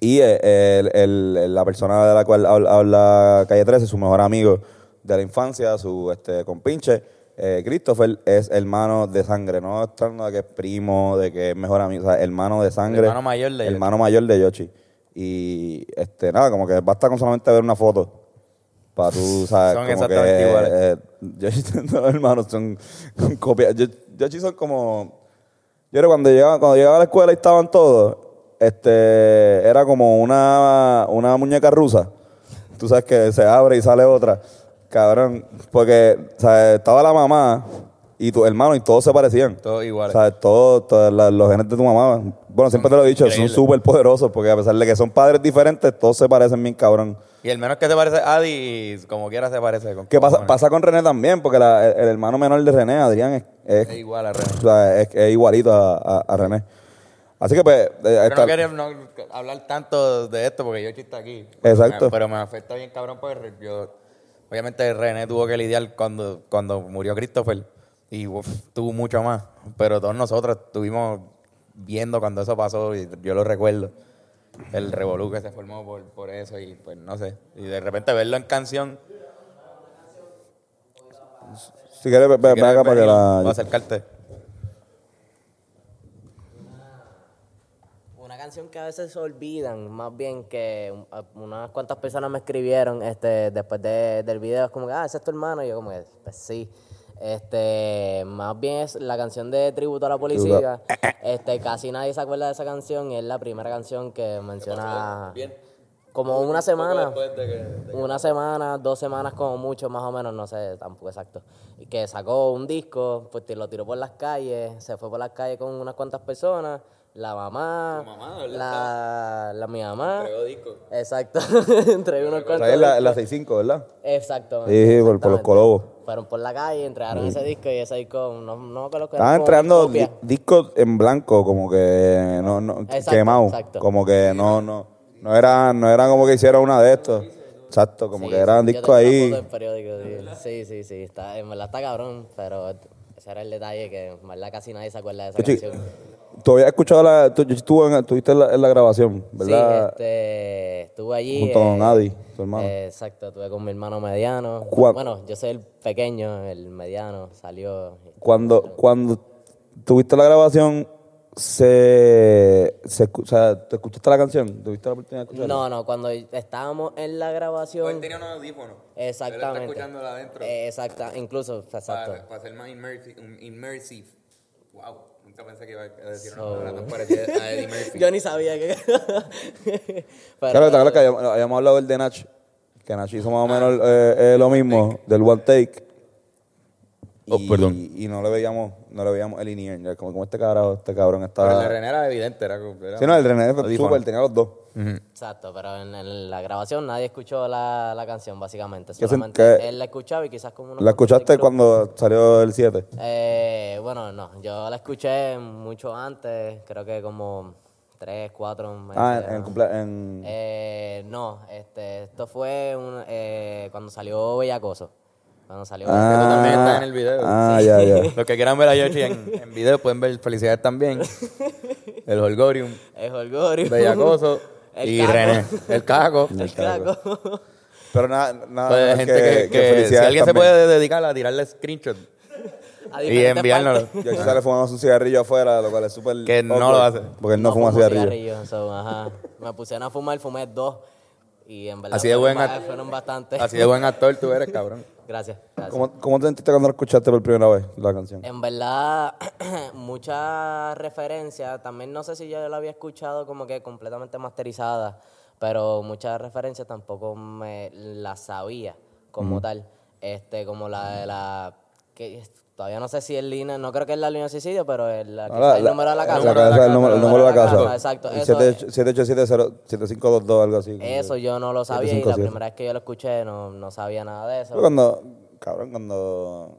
A: y eh, el- el- la persona de la cual habla, habla Calle 13, su mejor amigo de la infancia, su este, compinche, eh, Christopher, es hermano de sangre, no estando de que es primo, de que es mejor amigo, o sea, hermano de sangre.
B: hermano mayor de
A: Hermano mayor de Yoshi. Y este, nada, como que basta con solamente ver una foto. Para tú, ¿sabes?
B: Son
A: como
B: exactamente
A: que,
B: iguales.
A: eh, Yoshi, todos los hermanos son copias. Yo- Yoshi son como. Yo creo que cuando llegaba, cuando llegaba a la escuela y estaban todos, este, era como una, una muñeca rusa. Tú sabes que se abre y sale otra. Cabrón, porque ¿sabes? estaba la mamá y tu hermano y todos se parecían.
B: Todos iguales.
A: ¿Sabes? Todos, todos la- los genes de tu mamá. Bueno, siempre te lo he dicho,
B: Increíble.
A: son súper poderosos porque a pesar de que son padres diferentes, todos se parecen bien, cabrón.
B: Y el menos que se parece a Adi, como quiera se parece. Con
A: Que pasa,
B: cojones.
A: pasa con René también, porque la- el, el hermano menor de René, Adrián, es, es-
B: Es igual a
A: o
B: René.
A: sea, es- es igualito a, a- a René. Así que, pues. eh,
B: Pero
A: está-
B: no quería no hablar tanto de esto porque Yoshi está aquí.
A: Exacto.
B: Me- Pero me afecta bien cabrón porque yo... Obviamente René tuvo que lidiar cuando, cuando murió Christopher y uf, tuvo mucho más. Pero todos nosotros estuvimos viendo cuando eso pasó y yo lo recuerdo. El revolú que se formó por, por eso y pues no sé. Y de repente verlo en canción...
A: Pues, si quieres, ve- ve- ven acá para que
B: Para
A: la.
B: acercarte.
D: Una canción que a veces se olvidan, más bien que un- a- unas cuantas personas me escribieron este, después de- del video, es como que, ah, ese es tu hermano, y yo como que, pues sí. Este, más bien es la canción de Tributo a la Policía. Este, casi nadie se acuerda de esa canción y es la primera canción que menciona como una semana. Una semana, dos semanas como mucho, más o menos, no sé tampoco exacto. Y que sacó un disco, pues te lo tiró por las calles, se fue por las calles con unas cuantas personas, la mamá, la, la mi mamá. Exacto, entregó unos cuantos.
A: Trae la,
D: discos.
A: la 6-5, ¿verdad?
D: Exactamente.
A: Sí, sí, por, por los
D: exactamente.
A: colobos.
C: Fueron por la calle, entregaron ese disco y ese disco, no, no me acuerdo que
A: Estaban
C: como
A: entrando
C: copia.
A: di- discos en blanco, como que no, no,
C: Exacto,
A: quemado.
C: exacto.
A: Como que no, no, no era, no era como que hicieron una de estos. Exacto, como
C: Sí,
A: que eran
C: sí, yo
A: discos
C: tengo una
A: ahí.
C: foto en periódico, sí. sí, sí, sí, está, en verdad está cabrón, pero ese era el detalle que en verdad casi nadie se acuerda de esa
A: Sí.
C: canción.
A: Tú habías escuchado la, tú, tú en- estuviste en la, en la grabación,
C: Sí,
A: ¿verdad?
C: este,
D: eh,
C: estuve allí.
A: Junto con Adi, su hermano.
C: eh, exacto, estuve con mi hermano mediano.
A: ¿Cuán-
C: Bueno, yo soy el pequeño, el mediano, salió.
A: Cuando, cuando tuviste la grabación, se, se escu- o sea, ¿tú escuchaste la canción? ¿Tuviste la oportunidad de escucharla?
C: No, no, cuando estábamos en la grabación.
B: Pues Él tenía unos audífonos.
C: Exactamente.
B: Él está escuchándola adentro.
C: Eh, exacta, incluso, exacto.
B: Para, para ser más immersive, un- immersive. Wow, nunca pensé que iba a decir
C: So-
B: una palabra tan parecida a Eddie Murphy.
C: Yo ni sabía que. Pero-
A: Claro, te acuerdas que habíamos, habíamos hablado del de Nach, que Nach hizo
B: Ah,
A: más o menos eh, eh, lo mismo, del one take.
B: Oh,
A: y,
B: perdón.
A: Y no le veíamos, no le veíamos el in-ear, ya como, como este carajo, este cabrón
B: Pero el de
A: estaba...
B: René era evidente, era como... era-
A: Sí, no, el René fue
B: Audífono.
A: súper, tenía los dos.
C: Exacto, pero en, en la grabación nadie escuchó la, la canción, básicamente.
A: sen-
C: Solamente
A: qué-
C: él la escuchaba y quizás como unos
A: ¿La escuchaste
C: cuantos
A: cuando salió el 7?
B: Este,
C: Eh, bueno, no, yo la escuché mucho antes, creo que como tres, cuatro meses.
A: Ah, en, en
C: ¿no?
A: cumplea- en-
C: Eh, no, este, esto fue un- eh, cuando salió Bellacoso. Cuando salió
A: Ah,
B: tú también estás en el video.
A: Ah, ya, ya.
B: Los que quieran ver a Yoshi en, en video pueden ver Felicidades también. El Holgorium,
C: El Holgorio.
B: Bellacoso
C: El
B: y
C: Caco.
B: René. El Caco.
C: El Caco.
A: Pero nada, nada.
B: Pues,
A: nada,
B: gente que, que si
A: felicidades
B: alguien se
A: también.
B: puede dedicar a tirarle screenshot
C: A
B: y
C: diferentes
B: enviárnoslo.
C: partes.
A: Yo aquí sale fumando un cigarrillo afuera, lo cual es súper.
B: Que no
A: awkward,
B: lo hace.
A: Porque él no, fuma
C: fumo
A: cigarrillo.
C: cigarrillos, so, ajá. Me pusieron a fumar, fumé dos. Y en verdad
B: Así de
C: fueron
B: buen
C: ba-
B: act-
C: fueron bastantes.
B: Así de buen actor tú eres, cabrón.
C: Gracias, gracias.
A: ¿Cómo, ¿Cómo te sentiste cuando lo escuchaste por primera vez la canción?
C: En verdad, muchas referencias. También no sé si yo la había escuchado como que completamente masterizada, pero muchas referencias tampoco me las sabía como tal. Este, como la de la. Que, es- todavía no sé si es línea, no creo que es la línea de suicidio, pero es la,
A: Ah, la-
C: el número de la casa.
A: el número, el número de la casa.
C: Exacto.
A: El
C: Eso,
A: 78- 787 7522, algo así.
C: eso yo no lo sabía y la
A: 757.
C: primera vez que yo lo escuché no, no sabía nada de eso.
A: Pero cuando. Cabrón, cuando.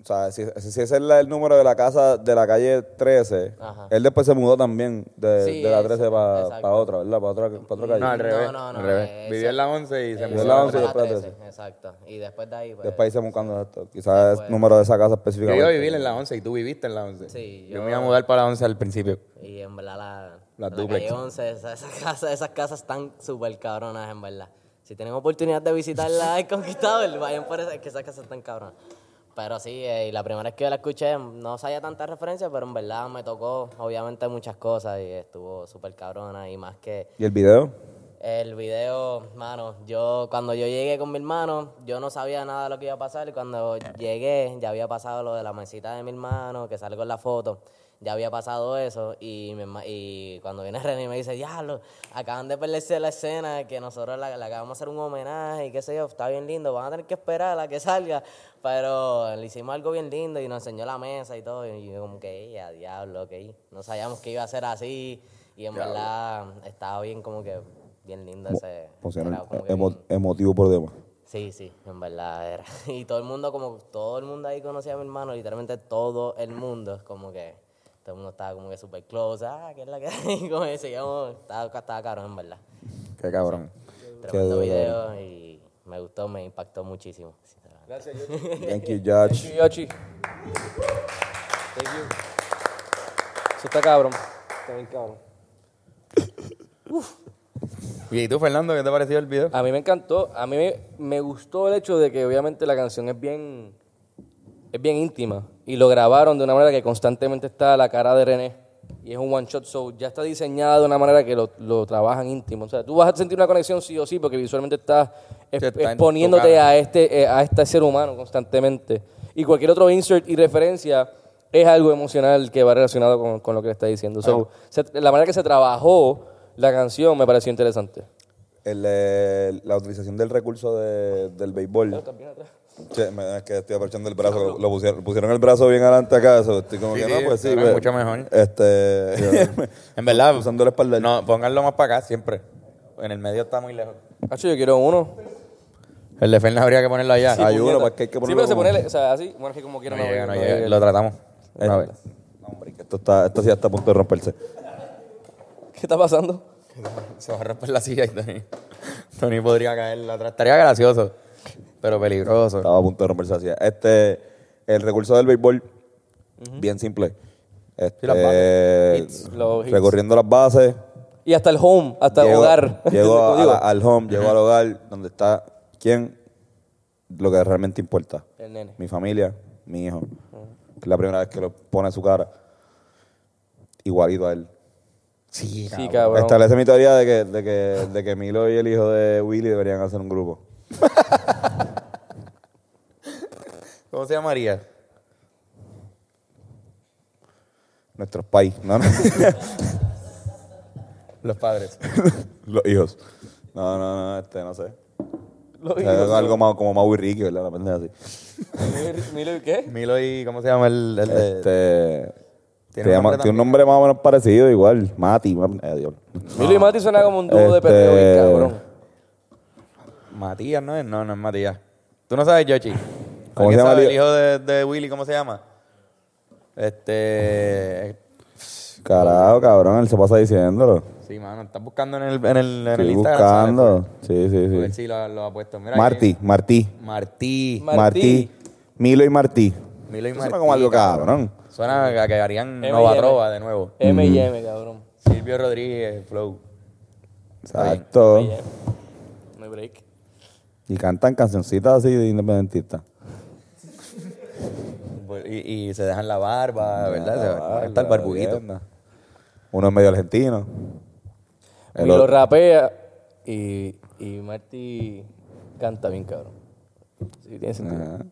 A: O sea, si, si ese es el, el número de la casa de la calle 13,
C: Ajá.
A: él después se mudó también de,
C: Sí,
A: de la
C: eso,
A: 13 para
C: exacto.
A: otra, ¿verdad? Para otra, pa' otra calle.
B: No, al
C: No,
B: revés.
C: no, no,
B: al revés.
C: eh,
B: Vivió en la 11 y se
A: Vivió
B: mudó.
A: en la
C: Eso
A: 11 y
C: fue
A: después la
C: 13, Exacto. Y después de ahí, pues.
A: Después ahí se buscando esto. Quizás el número de esa casa
B: Yo
A: específicamente.
B: iba a vivir en la 11 y tú viviste en la 11.
C: Sí,
B: yo,
C: yo-
B: me iba a mudar para la 11 al principio.
C: Y en verdad la,
B: Las
C: la
B: duplex.
C: calle 11, esa- esas, casas, esas casas están súper cabronas, en verdad. Si tienen oportunidad de visitar la del Conquistador, vayan por esas, que esas casas están cabronas. Pero sí, eh, y la primera vez que yo la escuché, no sabía tantas referencias, pero en verdad me tocó, obviamente, muchas cosas y estuvo súper cabrona. Y más que
A: ¿Y el video?
C: el video, mano, yo cuando yo llegué con mi hermano, yo no sabía nada de lo que iba a pasar y cuando llegué ya había pasado lo de la mesita de mi hermano, que sale con la foto, ya había pasado eso y, mi herma- y cuando viene René y me dice, diablo, acaban de perderse la escena, que nosotros la- le acabamos de hacer un homenaje y qué sé yo, está bien lindo, van a tener que esperar a que salga, pero le hicimos algo bien lindo y nos enseñó la mesa y todo y yo como que, "Ey, a diablo, ok, no sabíamos que iba a ser así y en verdad estaba bien como que bien lindo ese.
A: Funciona
C: era como que
A: emo-
C: bien-
A: emotivo por demás.
C: sí, sí, en verdad era. Y todo el mundo, como todo el mundo ahí conocía a mi hermano, literalmente todo el mundo, es como que todo el mundo estaba como que super close, ah, ¿qué es la que hay? Como que seguíamos, estaba, estaba caro, en verdad.
B: Qué cabrón.
C: Tremendo
A: duro.
C: video y me gustó, me impactó muchísimo. sinceramente.
A: Thank you, Judge.
I: Yoshi. Thank you. Eso está cabrón. Está bien cabrón.
B: ¿Y tú, Fernando, qué te pareció el video?
I: A mí me encantó. A mí me, me gustó el hecho de que obviamente la canción es bien, es bien íntima. Y lo grabaron de una manera que constantemente está la cara de René. Y es un one shot, so ya está diseñada de una manera que lo, lo trabajan íntimo. O sea, tú vas a sentir una conexión sí o sí, porque visualmente estás
B: Sí,
I: exp-
B: está en tu
I: exponiéndote
B: cara.
I: a este, eh, a este ser humano constantemente. Y cualquier otro insert y referencia es algo emocional que va relacionado con, con lo que le está diciendo. So, se- la manera que se trabajó la canción me pareció interesante.
A: El, eh, la utilización del recurso de- del béisbol. Che, me- es que estoy aprovechando el brazo. Lo, lo pusieron, pusieron el brazo bien adelante acá. eso, Estoy como
B: Sí,
A: que
B: sí,
A: no, pues sí.
B: ahora
A: pues,
B: mucho mejor.
A: Este.
B: En verdad.
A: Usando la espalda.
B: No, pónganlo más para acá siempre. En el medio está muy lejos.
I: Hacho, yo quiero uno.
B: El de Fernández habría que ponerlo allá.
A: Sí, Ayúdalo,
C: puñeta.
A: para que hay que
C: Sí,
A: ponerlo
C: pero se
A: como-
C: pone, o sea, así, bueno, es que como quiera
B: no llega, no
C: no
B: llega. Eh, Lo tratamos. Una vez.
A: Este, No, hombre, que esto, está, esto sí está a punto de romperse.
C: ¿Qué está pasando?
B: Se va a romper la silla y Tony. Tony podría caer atrás. Estaría gracioso, pero peligroso.
A: Estaba a punto de romperse así. Este, el recurso del béisbol, bien simple. Este,
B: las bases.
C: Hits, los hits.
A: recorriendo las bases.
C: Y hasta el home, hasta el
A: llego-
C: hogar.
A: Llego a-
C: Digo,
A: a la- al home, llego al hogar, donde está quién, lo que realmente importa.
C: El nene.
A: Mi familia, mi hijo. Que es la primera vez que lo pone a su cara. Igualito a él.
B: Sí,
C: Sí, cabrón.
A: Establece mi teoría de que, de, que, de que Milo y el hijo de Willy deberían hacer un grupo.
B: ¿Cómo se llamaría?
A: Nuestros pais, ¿no? no.
B: Los padres.
A: Los hijos. No, no, no, este, no sé. O sea, algo más, como Mau y Ricky, ¿verdad? La pendeja así.
C: Milo, ¿qué?
B: Milo y... ¿Cómo se llama el, el de...?
A: Este.
B: Eh, Tiene
A: Tiene,
B: un
A: un
B: nombre
A: tiene un nombre más o menos parecido, igual. Mati, ma- eh, diablo.
C: Milo y Mati suena como un dúo de
A: Este-
C: perreo bien cabrón.
B: Matías, ¿no es? No, no es Matías. ¿Tú no sabes, Yoshi?
A: ¿Cómo se
B: ¿Alguien
A: llama
B: sabe
A: el
B: el hijo de, de Willy? ¿Cómo se llama? Este...
A: Carajo, cabrón, él se pasa diciéndolo.
B: Sí, mano. Estás buscando en el, en el, en el
A: Estoy
B: Instagram. ¿sabes?
A: buscando. Sí,
B: Porque
A: sí,
B: él
A: sí.
B: sí lo, lo ha puesto. Mira,
A: Martí,
B: aquí.
A: Martí.
B: Martí.
C: Martí.
A: Martí. Milo y Martí.
B: Milo y
A: Eso
B: Martí.
A: Suena como algo cabrón.
B: Suena a que harían
C: M&M.
B: Nova Trova de nuevo.
C: M y M, cabrón.
B: Silvio Rodríguez, Flow.
A: Exacto.
C: M y M. No hay break.
A: Y cantan cancioncitas así de independentistas.
B: Pues, Y, y se dejan la
A: Ah,
B: barba, ¿verdad? Se- ahí está el barbuguito.
A: Uno es medio argentino. El
C: Milo
A: otro-
C: rapea y, y Marty canta bien cabrón. Sí, tiene sentido.
A: Ajá.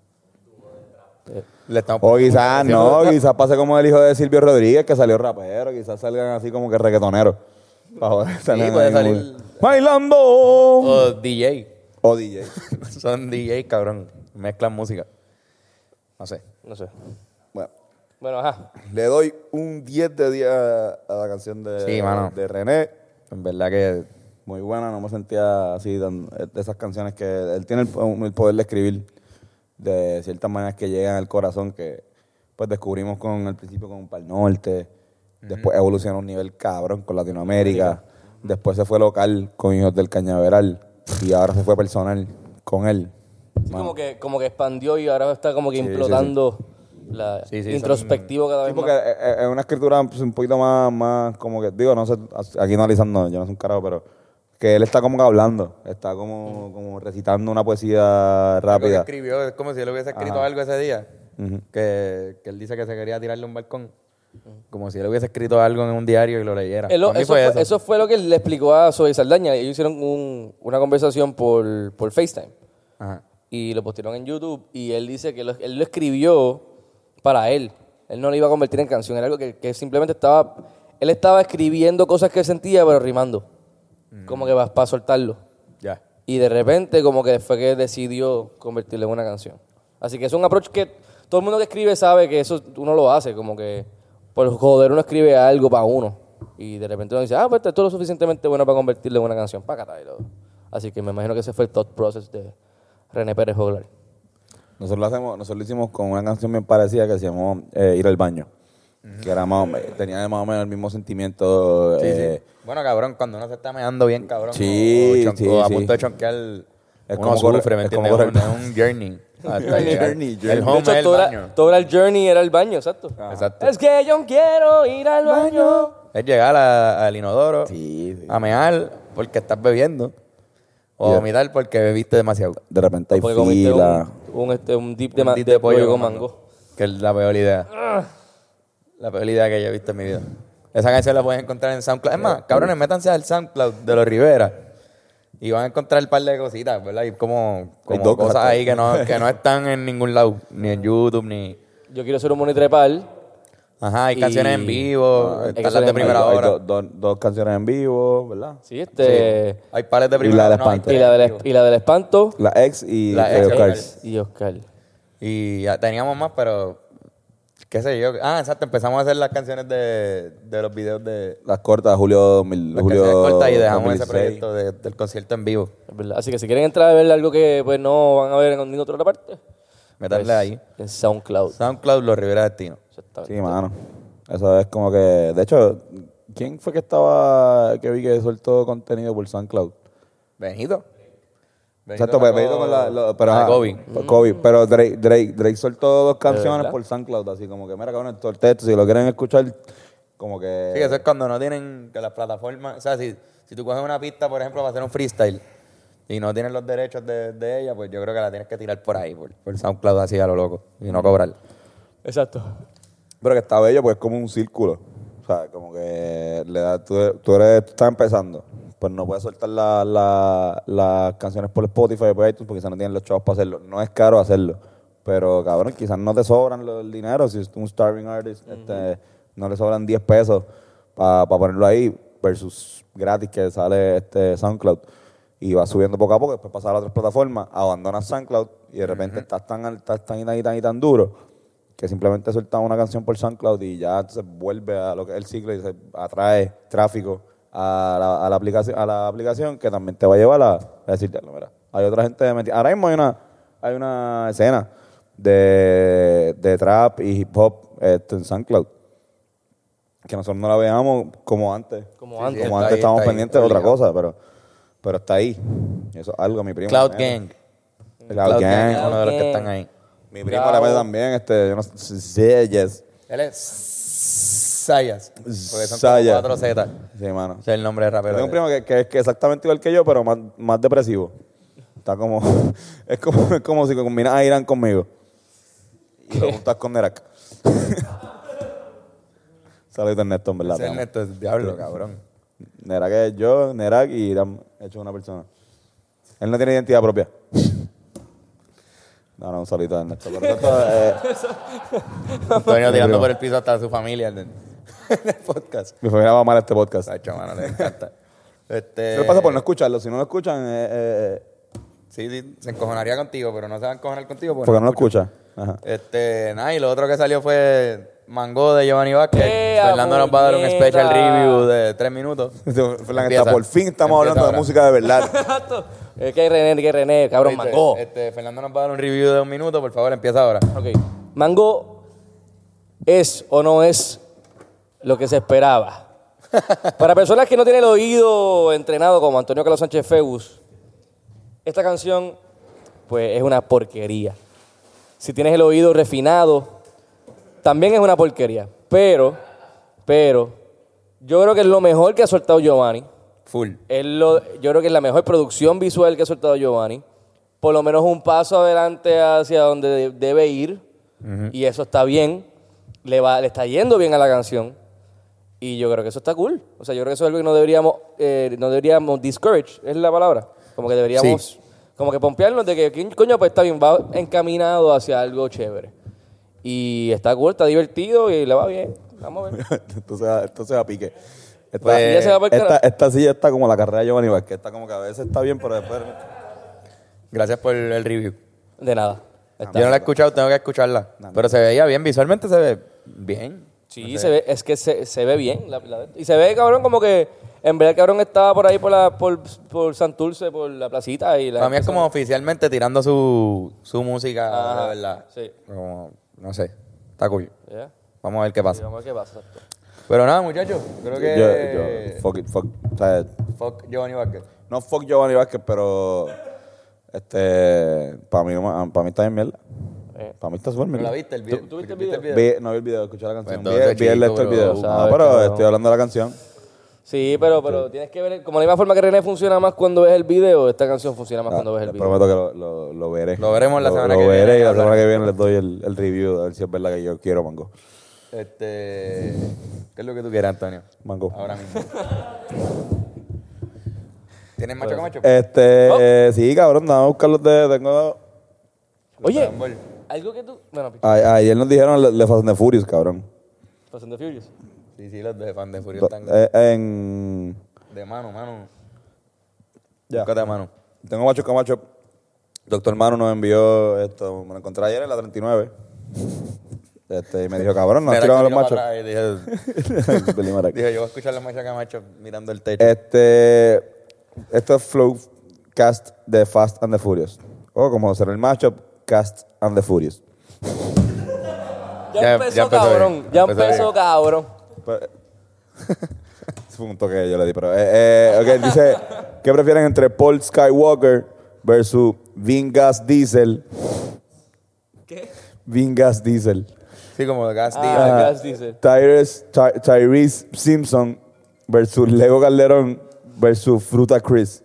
C: Eh,
B: Le estamos
A: O quizás no, quizás pase como el hijo de Silvio Rodríguez que salió rapero, quizás salgan así como que reggaetoneros. Pa' joder, salgan
B: puede
A: ahí como
B: salir-
A: que, ¡Bailando!
B: O DJ.
A: O DJ.
B: Son DJ, cabrón. Mezclan música. No sé.
C: No sé.
A: Bueno,
C: Bueno, ajá.
A: le doy un 10 de 10 a a la canción de,
B: Sí, mano.
A: de René.
B: En verdad que
A: Muy buena, no me sentía así tan- de esas canciones que él tiene el, el poder de escribir de ciertas maneras que llegan al corazón que pues descubrimos con al principio con Pal Norte, después evolucionó a un nivel cabrón con Latinoamérica, después se fue local con Hijos del Cañaveral y ahora se fue personal con él.
C: Sí, como, que, como que expandió y ahora está como que
A: sí, sí.
C: implotando la
B: Sí, sí,
C: introspectivo cada
A: Sí,
C: vez
A: porque
C: más.
A: es- es es una escritura pues, un poquito más, más como que, digo, no sé, aquí analizando, yo no soy un carajo, pero que él está como que hablando, está como, como recitando una poesía
B: lo Mm. que
A: rápida.
B: escribió es como si él hubiese escrito algo ese día. que, que él dice que se quería tirarle a un balcón. Como si él hubiese escrito algo en un diario y lo leyera.
C: Él lo-
B: Para mí
C: eso,
B: fue
C: fue, eso fue lo que le explicó a Zoe Saldaña. Ellos hicieron un- una conversación por, por FaceTime
B: Ajá.
C: y lo postearon en YouTube y él dice que lo- él lo escribió para él. Él no lo iba a convertir en canción, era algo que, que simplemente estaba... Él estaba escribiendo cosas que sentía, pero rimando.
B: Mm.
C: Como que para soltarlo.
B: Ya.
C: Y de repente, como que fue que decidió convertirlo en una canción. Así que es un approach que todo el mundo que escribe sabe que eso uno lo hace, como que por joder uno escribe algo para uno. Y de repente uno dice, ah, pues esto es lo suficientemente bueno para convertirlo en una canción. Pácata, y lo- Así que me imagino que ese fue el thought process de René Pérez Joglar.
A: Nosotros lo, hacemos, nosotros lo hicimos con una canción bien parecida que se llamó eh, Ir al baño. Que era más o menos- tenía más o menos el mismo sentimiento.
B: Sí, sí.
A: eh,
B: Bueno, cabrón, cuando uno se está meando bien, cabrón.
A: Sí,
B: o chon-
A: sí,
B: o a
A: sí.
B: punto de chonquear.
A: Es
B: uno
A: como
B: sufre,
A: correr-
B: ¿me
A: es
B: entiendes?
A: como
B: Es un-
A: correr-
B: es un journey. hasta
A: Un
B: llegar.
A: journey,
B: El
A: journey.
B: home
C: de hecho,
B: es el
C: todo,
B: baño.
C: Era, todo era el journey, era el baño, exacto.
B: Exacto.
C: Es que yo quiero ir al baño.
B: Es llegar a- al inodoro,
A: Sí, sí.
B: a mear porque estás bebiendo, o
A: Yeah.
B: vomitar porque bebiste demasiado.
A: de repente hay
C: Porque comiste
A: fila.
C: un, un, este, un dip de,
B: Un
C: ma-
B: dip
C: de pollo con
B: mango,
C: mango.
B: Que es la peor idea. La peor idea que yo he visto en mi vida. Esa canción la pueden encontrar en SoundCloud. Es más, cabrones, métanse al SoundCloud de los Rivera. Y van a encontrar un par de cositas, ¿verdad? Y como, como
A: dos,
B: cosas
A: exacto.
B: ahí que no, que no están en ningún lado. Ni en YouTube, ni...
C: Yo quiero ser un monitrepal.
B: Ajá, hay
C: Y- Ah,
B: canciones en vivo.
C: hay
B: están las
C: canciones
B: de
C: en
B: primera
A: Hay- hay
B: hora.
A: do- do- dos canciones en vivo, ¿verdad?
C: Sí, este...
B: Hay pares de
A: Y
B: primera
A: la de
B: hora. no, hay
A: Espanto.
C: Y
B: tres
C: la,
B: en
C: del,
B: vivo.
C: y la del espanto
A: La ex y
B: La ex,
A: Feo
B: Oscar.
A: Cars.
C: y Oscar.
B: Y ya teníamos más, pero qué sé yo. Ah, exacto, empezamos a hacer las canciones de, de los videos de...
A: Las cortas, Julio 2000.
B: Las
A: Julio
B: canciones cortas y dejamos ese
A: 2006.
B: proyecto de- del concierto en vivo.
C: Es verdad. Así que si quieren entrar a ver algo que pues no van a ver en ninguna otra parte,
B: Meterle
C: pues,
B: ahí.
C: En SoundCloud.
B: SoundCloud, Los Rivera Destino.
C: Exactamente.
A: Sí, mano. Eso es como que. De hecho, ¿quién fue que estaba. que vi que soltó contenido por SoundCloud?
B: Benito.
A: Exacto, pero Benito con la. lo- pero,
B: Ah,
A: ajá, Eh.
B: Kobe.
A: por Kobe. Pero Drake, Drake, Drake soltó dos canciones por SoundCloud, así como que, mira, cabrón, todo el texto, si lo quieren escuchar, como que.
B: Sí, que eso es cuando no tienen que las plataformas. O sea, si, si tú coges una pista, por ejemplo, para hacer un freestyle y no tienes los derechos de, de ella, pues yo creo que la tienes que tirar por ahí, por, por SoundCloud así a lo loco y no cobrar.
C: Exacto.
A: Pero que está bello, pues es como un círculo. O sea, como que le da, tú, tú eres, tú estás empezando. Pues no puedes soltar la- la- las canciones por Spotify o por iTunes porque quizás no tienen los chavos para hacerlo. No es caro hacerlo. Pero cabrón, quizás no te sobran los el dinero. Si es un starving artist, este, no le sobran 10 pesos para ponerlo ahí versus gratis que sale este SoundCloud. Y va subiendo poco a poco, después pasar a otras plataformas, abandonas SoundCloud y de repente estás tan, al- estás tan y tan y tan y tan duro que simplemente soltaba una canción por SoundCloud y ya se vuelve a lo que es el ciclo y se atrae tráfico a la, a la aplicación, a la aplicación que también te va a llevar a, a decirte, "No, mira, hay otra gente metida. Ahora mismo hay una, hay una escena de, de trap y hip hop este, en SoundCloud. Que nosotros no la veamos como antes.
C: Como antes.
B: está
A: Como antes
B: ahí,
A: estábamos
B: está ahí,
A: pendientes de
B: está
A: otra
B: obligado.
A: cosa, pero, pero está ahí. Eso es algo, mi primo.
B: Cloud
A: también.
B: Gang.
A: eh. Cloud, Gang.
B: es uno de los que
C: Gang.
B: están ahí.
A: Mi primo la ve también, este, yo no sé, sí, yes.
B: Él es Sayas. Porque son
A: Sayas.
B: como cuatro Z.
A: Sí, mano.
B: Ese es el nombre del
A: Yo
B: rapero.
A: tengo un primo que, que es que exactamente igual que yo, pero más, más depresivo. Está como. Es como, es como si combinas a Irán conmigo. Y lo juntas con Nerak. Saludos a Ernesto, en verdad.
B: Ese
A: te
B: es
A: amo.
B: Ernesto, es diablo, cabrón.
A: Nerak es yo, Nerak y Irán hecho una persona. Él no tiene identidad propia. No, no, un saludito a Ernesto. Pero esto, eh,
B: Antonio
A: primo.
B: tirando por el piso hasta su familia en el, en el podcast.
A: mi familia va mal este podcast.
B: Sacho, mano, le encanta. Este,
A: Se lo pasa por no escucharlo. Si no lo escuchan, eh, eh, eh,
B: Sí, sí, se encojonaría contigo, pero no se va a encojonar contigo porque,
A: porque no lo escuchan. Ajá.
B: Este, nada, y lo otro que salió fue Mango de Giovanni Vázquez.
C: ¡Ea,
B: Fernando nos va a dar un
C: puñeta!
B: special review de tres minutos.
A: Fernanda,
B: Empieza.
A: por fin estamos
B: Empieza
A: hablando de
B: ahora.
A: música de verdad.
C: Exacto. Es Eh, que hay René, que hay René, cabrón,
B: Dice,
C: Mango.
B: Este, Fernando nos va a dar un review de un minuto, por favor, empieza ahora.
C: Ok. Mango es o no es lo que se esperaba. Para personas que no tienen el oído entrenado como Antonio Carlos Sánchez Feus, esta canción pues es una porquería. Si tienes el oído refinado, también es una porquería. Pero, pero, yo creo que es lo mejor que ha soltado Giovanni.
B: Full.
C: Es lo- yo creo que es la mejor producción visual que ha soltado Giovanni. Por lo menos un paso adelante hacia donde de- debe ir. Y eso está bien. Le, va, le está yendo bien a la canción. Y yo creo que eso está cool. O sea, yo creo que eso es algo que no deberíamos, eh, no deberíamos discourage, es la palabra. Como que deberíamos, como que pompearnos de que, ¿quién coño, pues está bien, va encaminado hacia algo chévere. Y está cool, está divertido y le va bien. Vamos a ver.
A: esto, se va, esto se va a pique. Esta,
C: Pues, ya se va pa'l
A: esta,
C: carajo.
A: esta silla está como la carrera de Giovanni Vázquez. Está como que a veces está bien, pero después.
B: Gracias por el review.
C: De nada. Está-
B: Yo no la he escuchado, tengo que escucharla. Pero se veía bien, visualmente se ve bien.
C: Sí, se ve, es que se, se ve bien. la- la- y se ve, cabrón, como que en verdad el cabrón estaba por ahí por, la, por, por Santurce, por la placita. Y la
B: Para mí es
C: gente
B: como oficialmente tirando su, su música,
C: Ajá,
B: de verdad.
C: sí.
B: Como, no sé, está cool.
C: se- Ya.
B: Vamos a ver qué
C: Y
B: pasa.
C: vamos a ver qué pasa.
B: Pero nada, muchachos, creo
A: Yo,
B: que...
A: yo, fuck it, fuck. O sea,
B: Fuck Giovanni Vázquez.
A: no fuck Giovanni Vázquez, pero. Este. Para mí, para mí está bien mierda.
C: Eh.
A: Para mí está súper
B: ¿No
A: mierda.
B: la viste el video?
C: ¿Tú viste el video?
A: Vi- no vi el video, escuché la canción.
B: Pues entonces,
A: vi, vi el
B: chico,
A: resto del
B: bro,
A: video.
C: sabes,
A: No, pero
C: cabrón.
A: estoy hablando de la canción.
C: Sí, pero, pero tienes que ver, el- como la misma forma que René funciona más cuando ves el video, esta canción funciona
B: Ah,
C: más cuando ves el
A: Ah, Les
C: video.
A: prometo que lo, lo, lo veré.
B: Lo veremos la semana
A: lo
B: que
A: veré
B: viene,
A: y la
B: hablar.
A: semana que viene les doy el, el review a ver si es verdad que yo quiero mango.
B: Este... ¿Qué es lo que tú quieras, Antonio?
A: Mango.
B: Ahora mismo. ¿Tienes
C: Pues,
B: macho con macho?
A: Este, eh, sí, cabrón, nada, buscarlos de. Tengo.
C: Oye,
B: Dragon Ball.
C: algo que tú... Bueno,
B: Ah.
A: a- ayer nos dijeron le- le Fast and the Furious, cabrón.
C: Fast and the Furious.
B: Sí, sí, los de Fan de Furio están
A: Eh, en.
B: de mano, mano.
A: Ya.
B: Búscate a mano.
A: Tengo macho camacho. Doctor Manu nos envió esto. Me lo encontré ayer en la 39. Este, y me dijo, cabrón, no has
B: Mira,
A: tirado los
B: mira
A: machos.
B: para atrás, y Dije,
A: Billy Marac.
B: dije, yo voy a escuchar los machos Camacho mirando el
A: Eh.
B: techo.
A: Este, esto es Flowcast de Fast and the Furious. O como será el matchup, Cast and the Furious.
C: Ya,
B: Ya-
C: empezó,
B: ya empezó
C: cabrón.
B: bien,
C: ya
B: ya empezó
C: empezó,
B: bien.
C: cabrón.
A: Pero- Ese Pues, fue un toque que yo le di, pero... eh, eh, ok, dice, ¿qué prefieren entre Paul Skywalker versus Vingas Diesel? ¿Qué? Vingas Diesel.
B: Sí, como de gas,
C: Ah,
B: tío.
C: Gas Diesel.
A: Tyrese, Ty- Tyrese Simpson versus Lego Calderón versus Fruta Chris.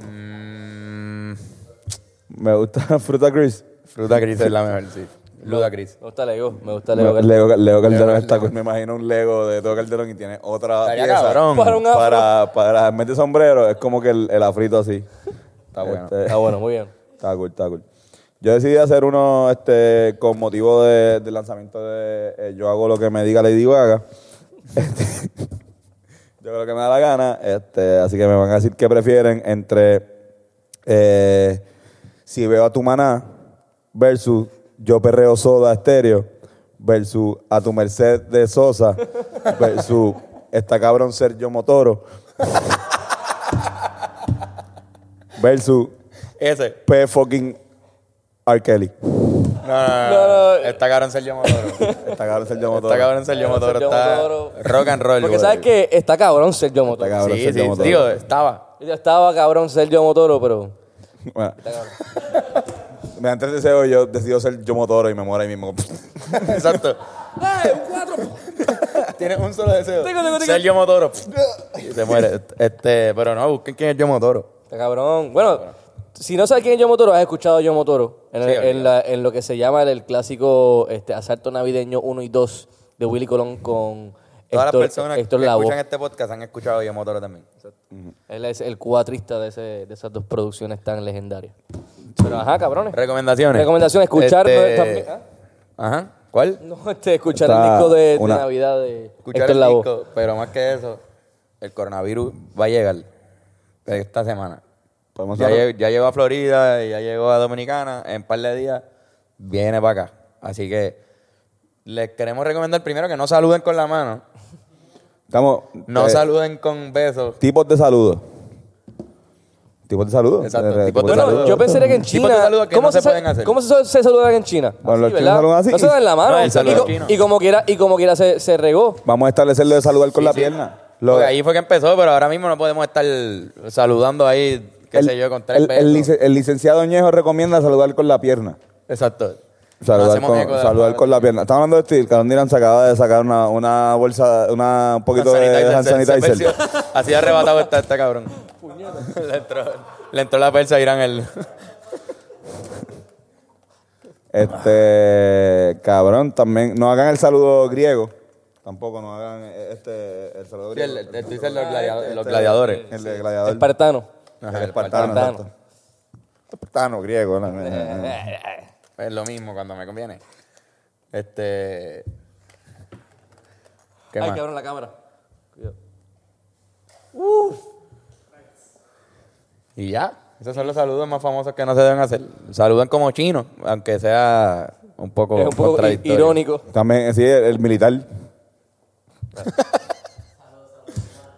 C: Mm.
A: Me gusta Fruta Chris.
B: Fruta gris es la mejor, sí. Luda gris.
C: Me gusta Lego, me gusta Lego.
A: Lego, Lego, Lego Calderón está cool. Me imagino un Lego de todo Calderón y tiene otra
B: Estaría
A: pieza.
B: cabrón.
C: Para un afro.
A: Para, para en vez de sombrero es como que el, el afrito así. Este, Está
B: bueno.
C: Ah, bueno, muy bien.
A: Está cool, está cool. Yo decidí hacer uno este, con motivo de- del lanzamiento de eh, Yo hago lo que me diga Lady Gaga. Este, yo hago lo que me da la gana. Este, así que me van a decir qué prefieren entre eh, Si veo a tu maná versus Yo perreo soda estéreo versus A tu merced de Sosa versus Está cabrón ser yo motoro versus
B: Ese.
A: P fucking R. Kelly.
B: No, no, no.
C: No, no.
B: Ah, Está cabrón Sergio Motoro.
A: Está cabrón ser yo
B: Está
A: motoro.
B: cabrón Sergio
C: Cabrón,
B: Motoro.
C: Sergio
B: Está
C: Motoro.
B: rock and roll.
C: Porque
B: brother.
C: sabes que está cabrón Sergio
A: Está
C: Motoro.
A: cabrón
B: Sí,
A: Sergio
B: sí,
A: Motoro.
B: tío, estaba.
C: Ya estaba cabrón Sergio Motoro, pero.
A: Bueno. Me antes de ese hoy yo decido ser yo motoro y me muero ahí mismo.
B: Exacto.
C: ¡Eh, un cuatro!
B: Tienes un solo deseo.
C: Tengo, tengo, tengo.
B: Sergio Motoro. Y se muere. Este, pero no, busquen quién es Yo Motoro.
C: Está cabrón. Bueno, si no sabes quién es Yo Motoro, has escuchado Yo Motoro en, el-
B: Sí, obligado.
C: en la- en lo que se llama el, el clásico este, Asalto Navideño 1 y 2 de Willy Colón con
B: Todas
C: Héctor,
B: las personas
C: Héctor
B: que
C: Lavoe.
B: escuchan este podcast han escuchado Yo Motoro también.
C: Él es el cuatrista de, ese- de esas dos producciones tan legendarias. Pero ajá, cabrones.
B: Recomendaciones. Este,
C: Recomendación, escuchar. no, también- ¿ah?
B: Ajá. ¿Cuál?
C: No, este, escuchar el
A: Está
C: disco de, de
A: una-
C: Navidad de
B: Escuchar
C: Héctor
B: el
C: Lavoe.
B: disco, pero más que eso, el coronavirus va a llegar esta semana.
A: Podemos
B: Ya,
A: hablar.
B: lle- ya llegó a Florida, ya llegó a Dominicana, en par de días viene para acá. Así que les queremos recomendar primero que no saluden con la mano,
A: Estamos.
B: no
A: eh,
B: saluden con besos.
A: Tipos de saludos. Tipos de saludos.
B: Exacto,
A: Eh,
B: tipos de
A: de
C: Bueno,
B: saludos.
C: yo pensaría que en
B: Tipos de
C: China.
B: saludos pues que
C: ¿cómo,
B: no
C: se
B: se pueden
C: sa-
B: hacer.
C: ¿Cómo se, sa- se saludan en China?
A: Bueno, los chinos
C: ¿verdad?
A: saludan así.
C: No se dan la mano.
B: No, el saludo
C: y, co-
B: chino.
C: y como quiera, y como quiera se, se regó.
A: Vamos a establecerlo de saludar con la pierna. Lo-
B: Porque ahí fue que empezó, pero ahora mismo no podemos estar saludando ahí, qué sé yo, con tres
A: el-
B: besos.
A: el lic- el licenciado Ñejo recomienda saludar con la pierna.
B: Exacto.
A: Saludar,
B: Hacemos
A: con,
B: eco de la
A: saludar
B: palabra.
A: con la pierna. Estamos hablando de Steel. Carlos Dylan se acaba de sacar una, una bolsa, una, un poquito de hand sanitizer.
B: Así de arrebatado está este cabrón. le, entró, le entró la persa a Irán el.
A: Este, cabrón, también. No hagan el saludo griego. Tampoco, no hagan este, el saludo griego. Este,
B: el, el- tú dices los, gladiado- los gladiadores.
A: El de gladiador.
C: Espartano.
A: Ajá, el espartano.
C: espartano.
A: exacto. Espartano, griego. no, no, no, no.
B: Es lo mismo cuando me conviene. Este. ¿Qué
C: Ay,
B: más?
C: cabrón, la cámara. Cuidado.
B: Y ya. Esos son los saludos más famosos que no se deben hacer. Saludan como chinos, aunque sea un poco,
A: Oh,
C: Es un poco i-
B: contradictorio.
C: irónico.
A: También, sí, el, el militar.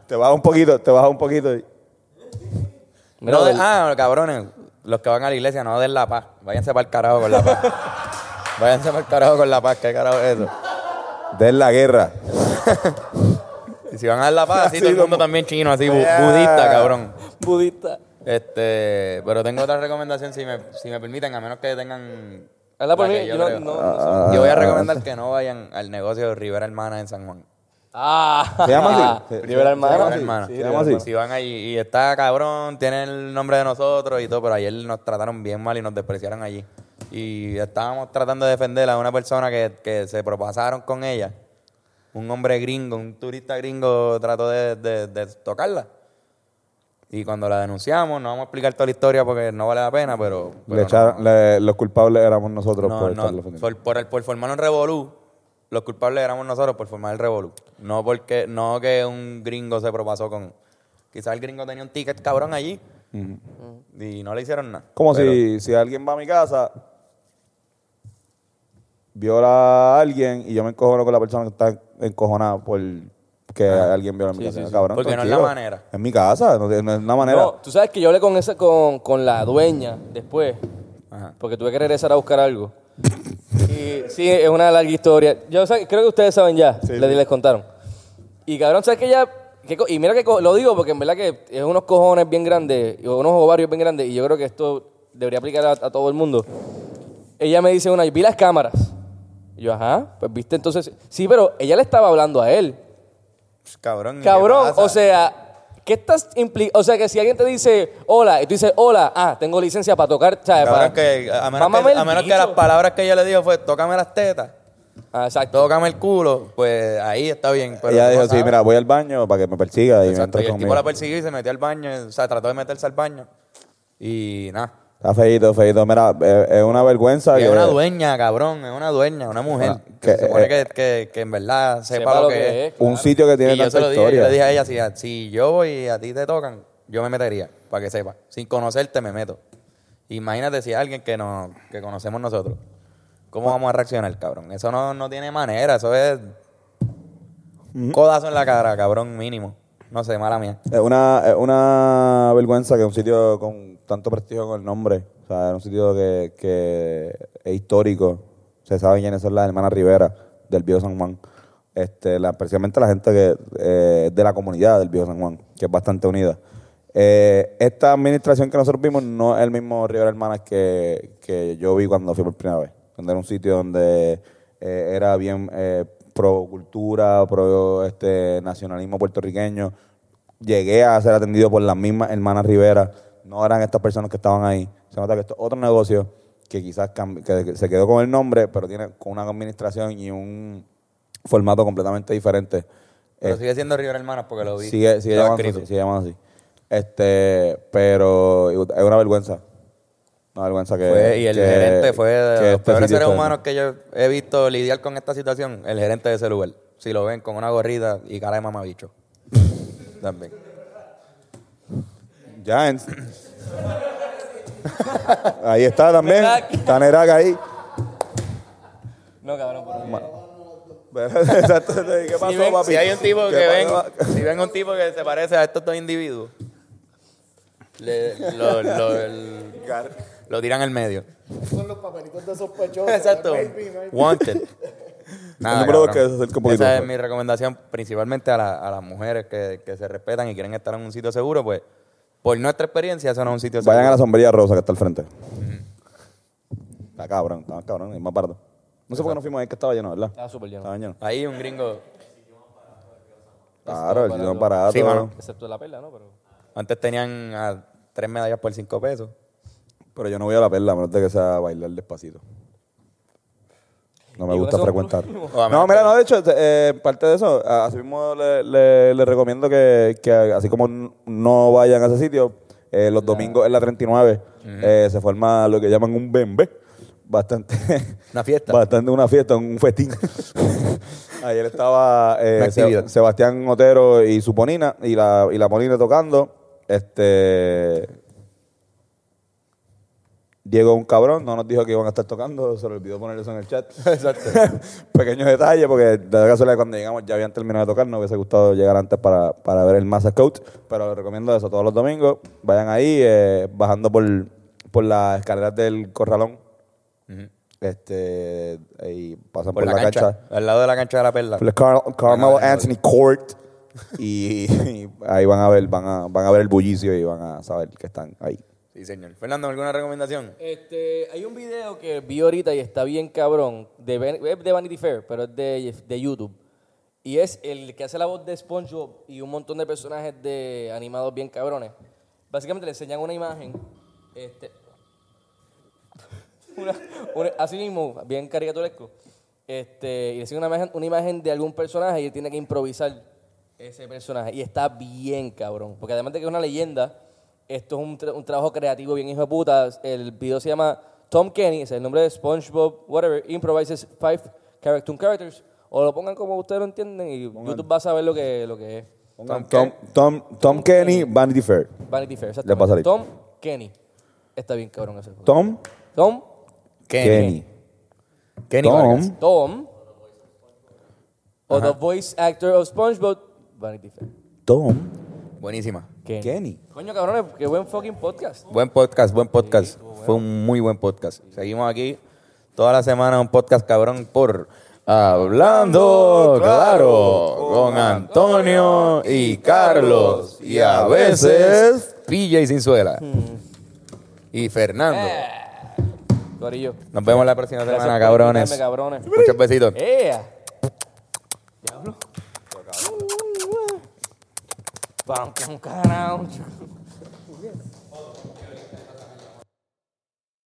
A: te baja un poquito, te baja un poquito. y-
C: Mira,
B: No de-
C: el-
B: ah, cabrones, los que van a la iglesia no den la paz. Váyanse para el carajo con la paz. Váyanse para el carajo con la paz. ¿Qué carajo es eso?
A: Den la guerra.
B: Y si van a dar la paz, así
A: Así
B: todo el mundo
A: como-
B: también chino, así bu-
A: Yeah.
B: budista, cabrón.
C: budista.
B: Este, pero tengo otra recomendación, si me, si me permiten, a menos que tengan...
C: Hazla por
B: la que
C: mí,
B: yo
C: yo no-
B: creo.
C: no-
A: no sé.
B: Yo voy a recomendar que no vayan al negocio de Rivera Hermana en San Juan.
C: Ah,
A: ¿Se llama así? Se-
C: Rivera
A: se
C: Hermana.
A: llama
B: Rivera
A: así.
B: Hermana.
A: Se llama así.
B: Si van ahí y está cabrón, tiene el nombre de nosotros y todo, pero ayer nos trataron bien mal y nos despreciaron allí. Y estábamos tratando de defender a una persona que, que se propasaron con ella. Un hombre gringo, un turista gringo trató de, de- de tocarla. Y cuando la denunciamos, no vamos a explicar toda la historia porque no vale la pena, pero... pero
A: Le
B: no.
A: echaron- le- los culpables éramos nosotros
B: No,
A: por
B: no,
A: estarlo ofendiendo.
B: por, por el- por formar un revolú, los culpables éramos nosotros por formar el revolú. No porque no que un gringo se propasó con... Quizás el gringo tenía un ticket cabrón allí y no le hicieron nada.
A: Como
B: Pero-
A: si, si alguien va a mi casa viola a alguien y yo me encojono con la persona que está encojonada por que alguien viola a mi casa. Cabrón,
B: Porque no es la
A: tranquilo.
B: manera.
A: Es mi casa, no, no es una manera.
C: No, tú sabes que yo hablé con esa, con, con la dueña después. Porque tuve que regresar a buscar algo. y sí, es una larga historia. Yo sé- creo que ustedes saben ya. les, les contaron. Y cabrón, ¿sabes que ya? que co- y mira que co- lo digo porque en verdad que es unos cojones bien grandes, y unos ovarios bien grandes, y yo creo que esto debería aplicar a, a todo el mundo. Ella me dice una, vi las cámaras. Y yo, ajá, pues viste entonces. Sí, pero ella le estaba hablando a él.
B: Pues, Cabrón. ¿qué
C: Cabrón,
B: pasa?
C: o sea, ¿qué estás implicando? O sea, que si alguien te dice hola y tú dices hola, ah, tengo licencia para tocar, ¿sabes?
B: Cabrón,
C: Para-
B: que, a menos,
C: Mámame
B: que,
C: el
B: a menos que
C: bicho.
B: las palabras que yo le digo fue tócame las tetas,
C: Ah, exacto.
B: tócame el culo, pues ahí está bien. Pero
A: Ella
B: tú no
A: dijo, sí,
B: sabes.
A: mira, voy al baño para que me persiga y me
B: Exacto,
A: entre
B: y el tipo
A: conmigo.
B: la persiguió y se metió al baño, o sea, trató de meterse al baño. Y nada.
A: Está feíto, feíto. Mira, eh, es una vergüenza.
B: Y
A: que-
B: es una dueña, cabrón, es una dueña, una mujer.
A: Ah,
B: que
A: que,
B: se supone
A: eh,
B: que, que, que en verdad sepa,
C: Sepa lo que es.
A: Un sitio que tiene
B: Y yo
A: tanta
B: se lo dije, yo
A: historia.
B: le dije a ella, si, a- si yo voy y a ti te tocan, yo me metería, para que sepa. Sin conocerte me meto. Imagínate si alguien que no que conocemos nosotros. ¿Cómo vamos a reaccionar, cabrón? Eso no, no tiene manera, eso es
A: Mm.
B: codazo en la cara, cabrón, mínimo. No sé, mala mía.
A: Es una, es una vergüenza que un sitio con tanto prestigio con el nombre, o sea, es un sitio que, que es histórico, se sabe quiénes son las hermanas Rivera del Viejo San Juan, este, la, especialmente la gente que eh, es de la comunidad del Viejo San Juan, que es bastante unida. Eh, esta administración que nosotros vimos no es el mismo Rivera Hermanas que, que yo vi cuando fui por primera vez, donde era un sitio donde eh, era bien eh, pro cultura, pro este, nacionalismo puertorriqueño, llegué a ser atendido por las mismas hermanas Rivera. No eran estas personas que estaban ahí. Se nota que esto es otro negocio que quizás cambi- que- que se quedó con el nombre, pero tiene con una administración y un formato completamente diferente.
B: Pero
A: Eh,
B: sigue siendo River Hermanas porque lo vi.
A: sigue sigue
B: Estaba
A: llamándose
B: escrito.
A: así, sigue llamándose así. Este, pero es una vergüenza. Una vergüenza que.
B: Fue- y el
A: Eh, que-
B: gerente fue de
A: que
B: los
A: este
B: peores
A: sitio
B: seres
A: está-
B: humanos que yo he visto lidiar con esta situación, el gerente de ese lugar. Si lo ven con una gorrita y cara de mamabicho. También.
A: Giants. ahí está también.
C: ¿Verdad?
A: Tanerac ahí.
C: No, cabrón, por favor.
A: Exacto. ¿Qué pasó,
B: Si, ven-
A: papi?
B: si hay un tipo
A: ¿Qué
B: que ven,
A: pasó?
B: si ven un tipo que se parece a estos dos individuos, le- lo, lo- el- lo tiran al medio.
G: Son los papelitos de sospechosos.
B: Exacto. Wanted. Nada,
A: número dos
B: cabrón.
A: que se acerca un poquito.
B: Esa es mi recomendación, principalmente a, la- a las mujeres que, que se respetan y quieren estar en un sitio seguro, pues por nuestra experiencia, eso no es un sitio seguro.
A: Vayan a la sombrilla rosa que está al frente. Está cabrón, está más cabrón, es más pardo. No sé por qué no fuimos ahí que estaba lleno, ¿verdad?
C: Estaba súper lleno.
A: Estaba lleno.
B: Ahí un gringo.
A: Claro, el sitio más barato.
B: Sí, mano.
C: Excepto la perla, ¿no? Pero...
B: Antes tenían a tres medallas por cinco pesos.
A: Pero yo no voy a la perla, a menos de que sea bailar despacito. No me
C: Y
A: gusta
C: eso-
A: frecuentar.
B: O a
A: No,
B: menos
A: mira,
B: que-
A: no, de hecho, eh, parte de eso, a- así mismo le, le- le recomiendo que, que así como n- no vayan a ese sitio, eh, los domingos en la 39 eh, se forma lo que llaman un bembe. Bastante.
B: Una fiesta.
A: Bastante una fiesta, un festín. Ayer estaba eh,
B: Una
A: Seb-
B: actividad.
A: Sebastián Otero y su Ponina, y la, y la Ponina tocando. Este. Diego es un cabrón, no nos dijo que iban a estar tocando, se le olvidó poner eso en el chat. Exacto. Pequeño detalle, porque de la casualidad cuando llegamos ya habían terminado de tocar, no hubiese gustado llegar antes para, para ver el Massa Coach, pero les recomiendo eso todos los domingos. Vayan ahí, eh, bajando por, por las escaleras del corralón. Este y pasan por, la, cancha.
B: Al lado de la cancha de la perla.
A: Por la Car- Carmelo
B: Ganador.
A: Anthony Court. Y, y ahí van a ver, van a, van a ver el bullicio y van a saber que están ahí.
B: Sí, señor. Fernando, ¿alguna recomendación?
C: Este, hay un video que vi ahorita y está bien cabrón, de, Van- es de Vanity Fair, pero es de, de YouTube. Y es el que hace la voz de SpongeBob y un montón de personajes de animados bien cabrones. Básicamente le enseñan una imagen, este, una- una- así mismo, bien caricaturesco, este, y le enseñan una imagen, una imagen de algún personaje y él tiene que improvisar ese personaje. Y está bien cabrón, porque además de que es una leyenda, esto es un, tra- un trabajo creativo bien hijo de puta. El video se llama Tom Kenny, es el nombre de SpongeBob, whatever, improvises five cartoon characters. O lo pongan como ustedes lo entienden y YouTube va a saber lo que, lo que es.
A: Tom, Tom, Tom, Kenny, Vanity Fair.
C: Vanity Fair,
A: Le va a
C: exactamente.
A: salir.
C: Tom Kenny. Está bien cabrón ese.
A: Tom
C: Tom
A: Kenny.
B: Kenny Vargas.
A: Tom.
C: Tom. O The Voice Actor of SpongeBob. Vanity Fair.
A: Tom.
B: Buenísima.
C: Kenny.
A: Kenny.
C: Coño, cabrones, qué buen fucking podcast.
B: Buen podcast, buen podcast. Fue un muy buen podcast. Seguimos aquí toda la semana un podcast cabrón por Hablando Claro con Antonio y Carlos y a veces Hmm. PJ Sinzuela y Fernando.
C: Corillo.
B: Nos vemos la próxima
C: Gracias
B: semana,
C: por
B: cabrones.
C: invitarme, cabrones.
B: Muchos besitos.
C: ¡Ea! Diablo. Pam, pam, carao.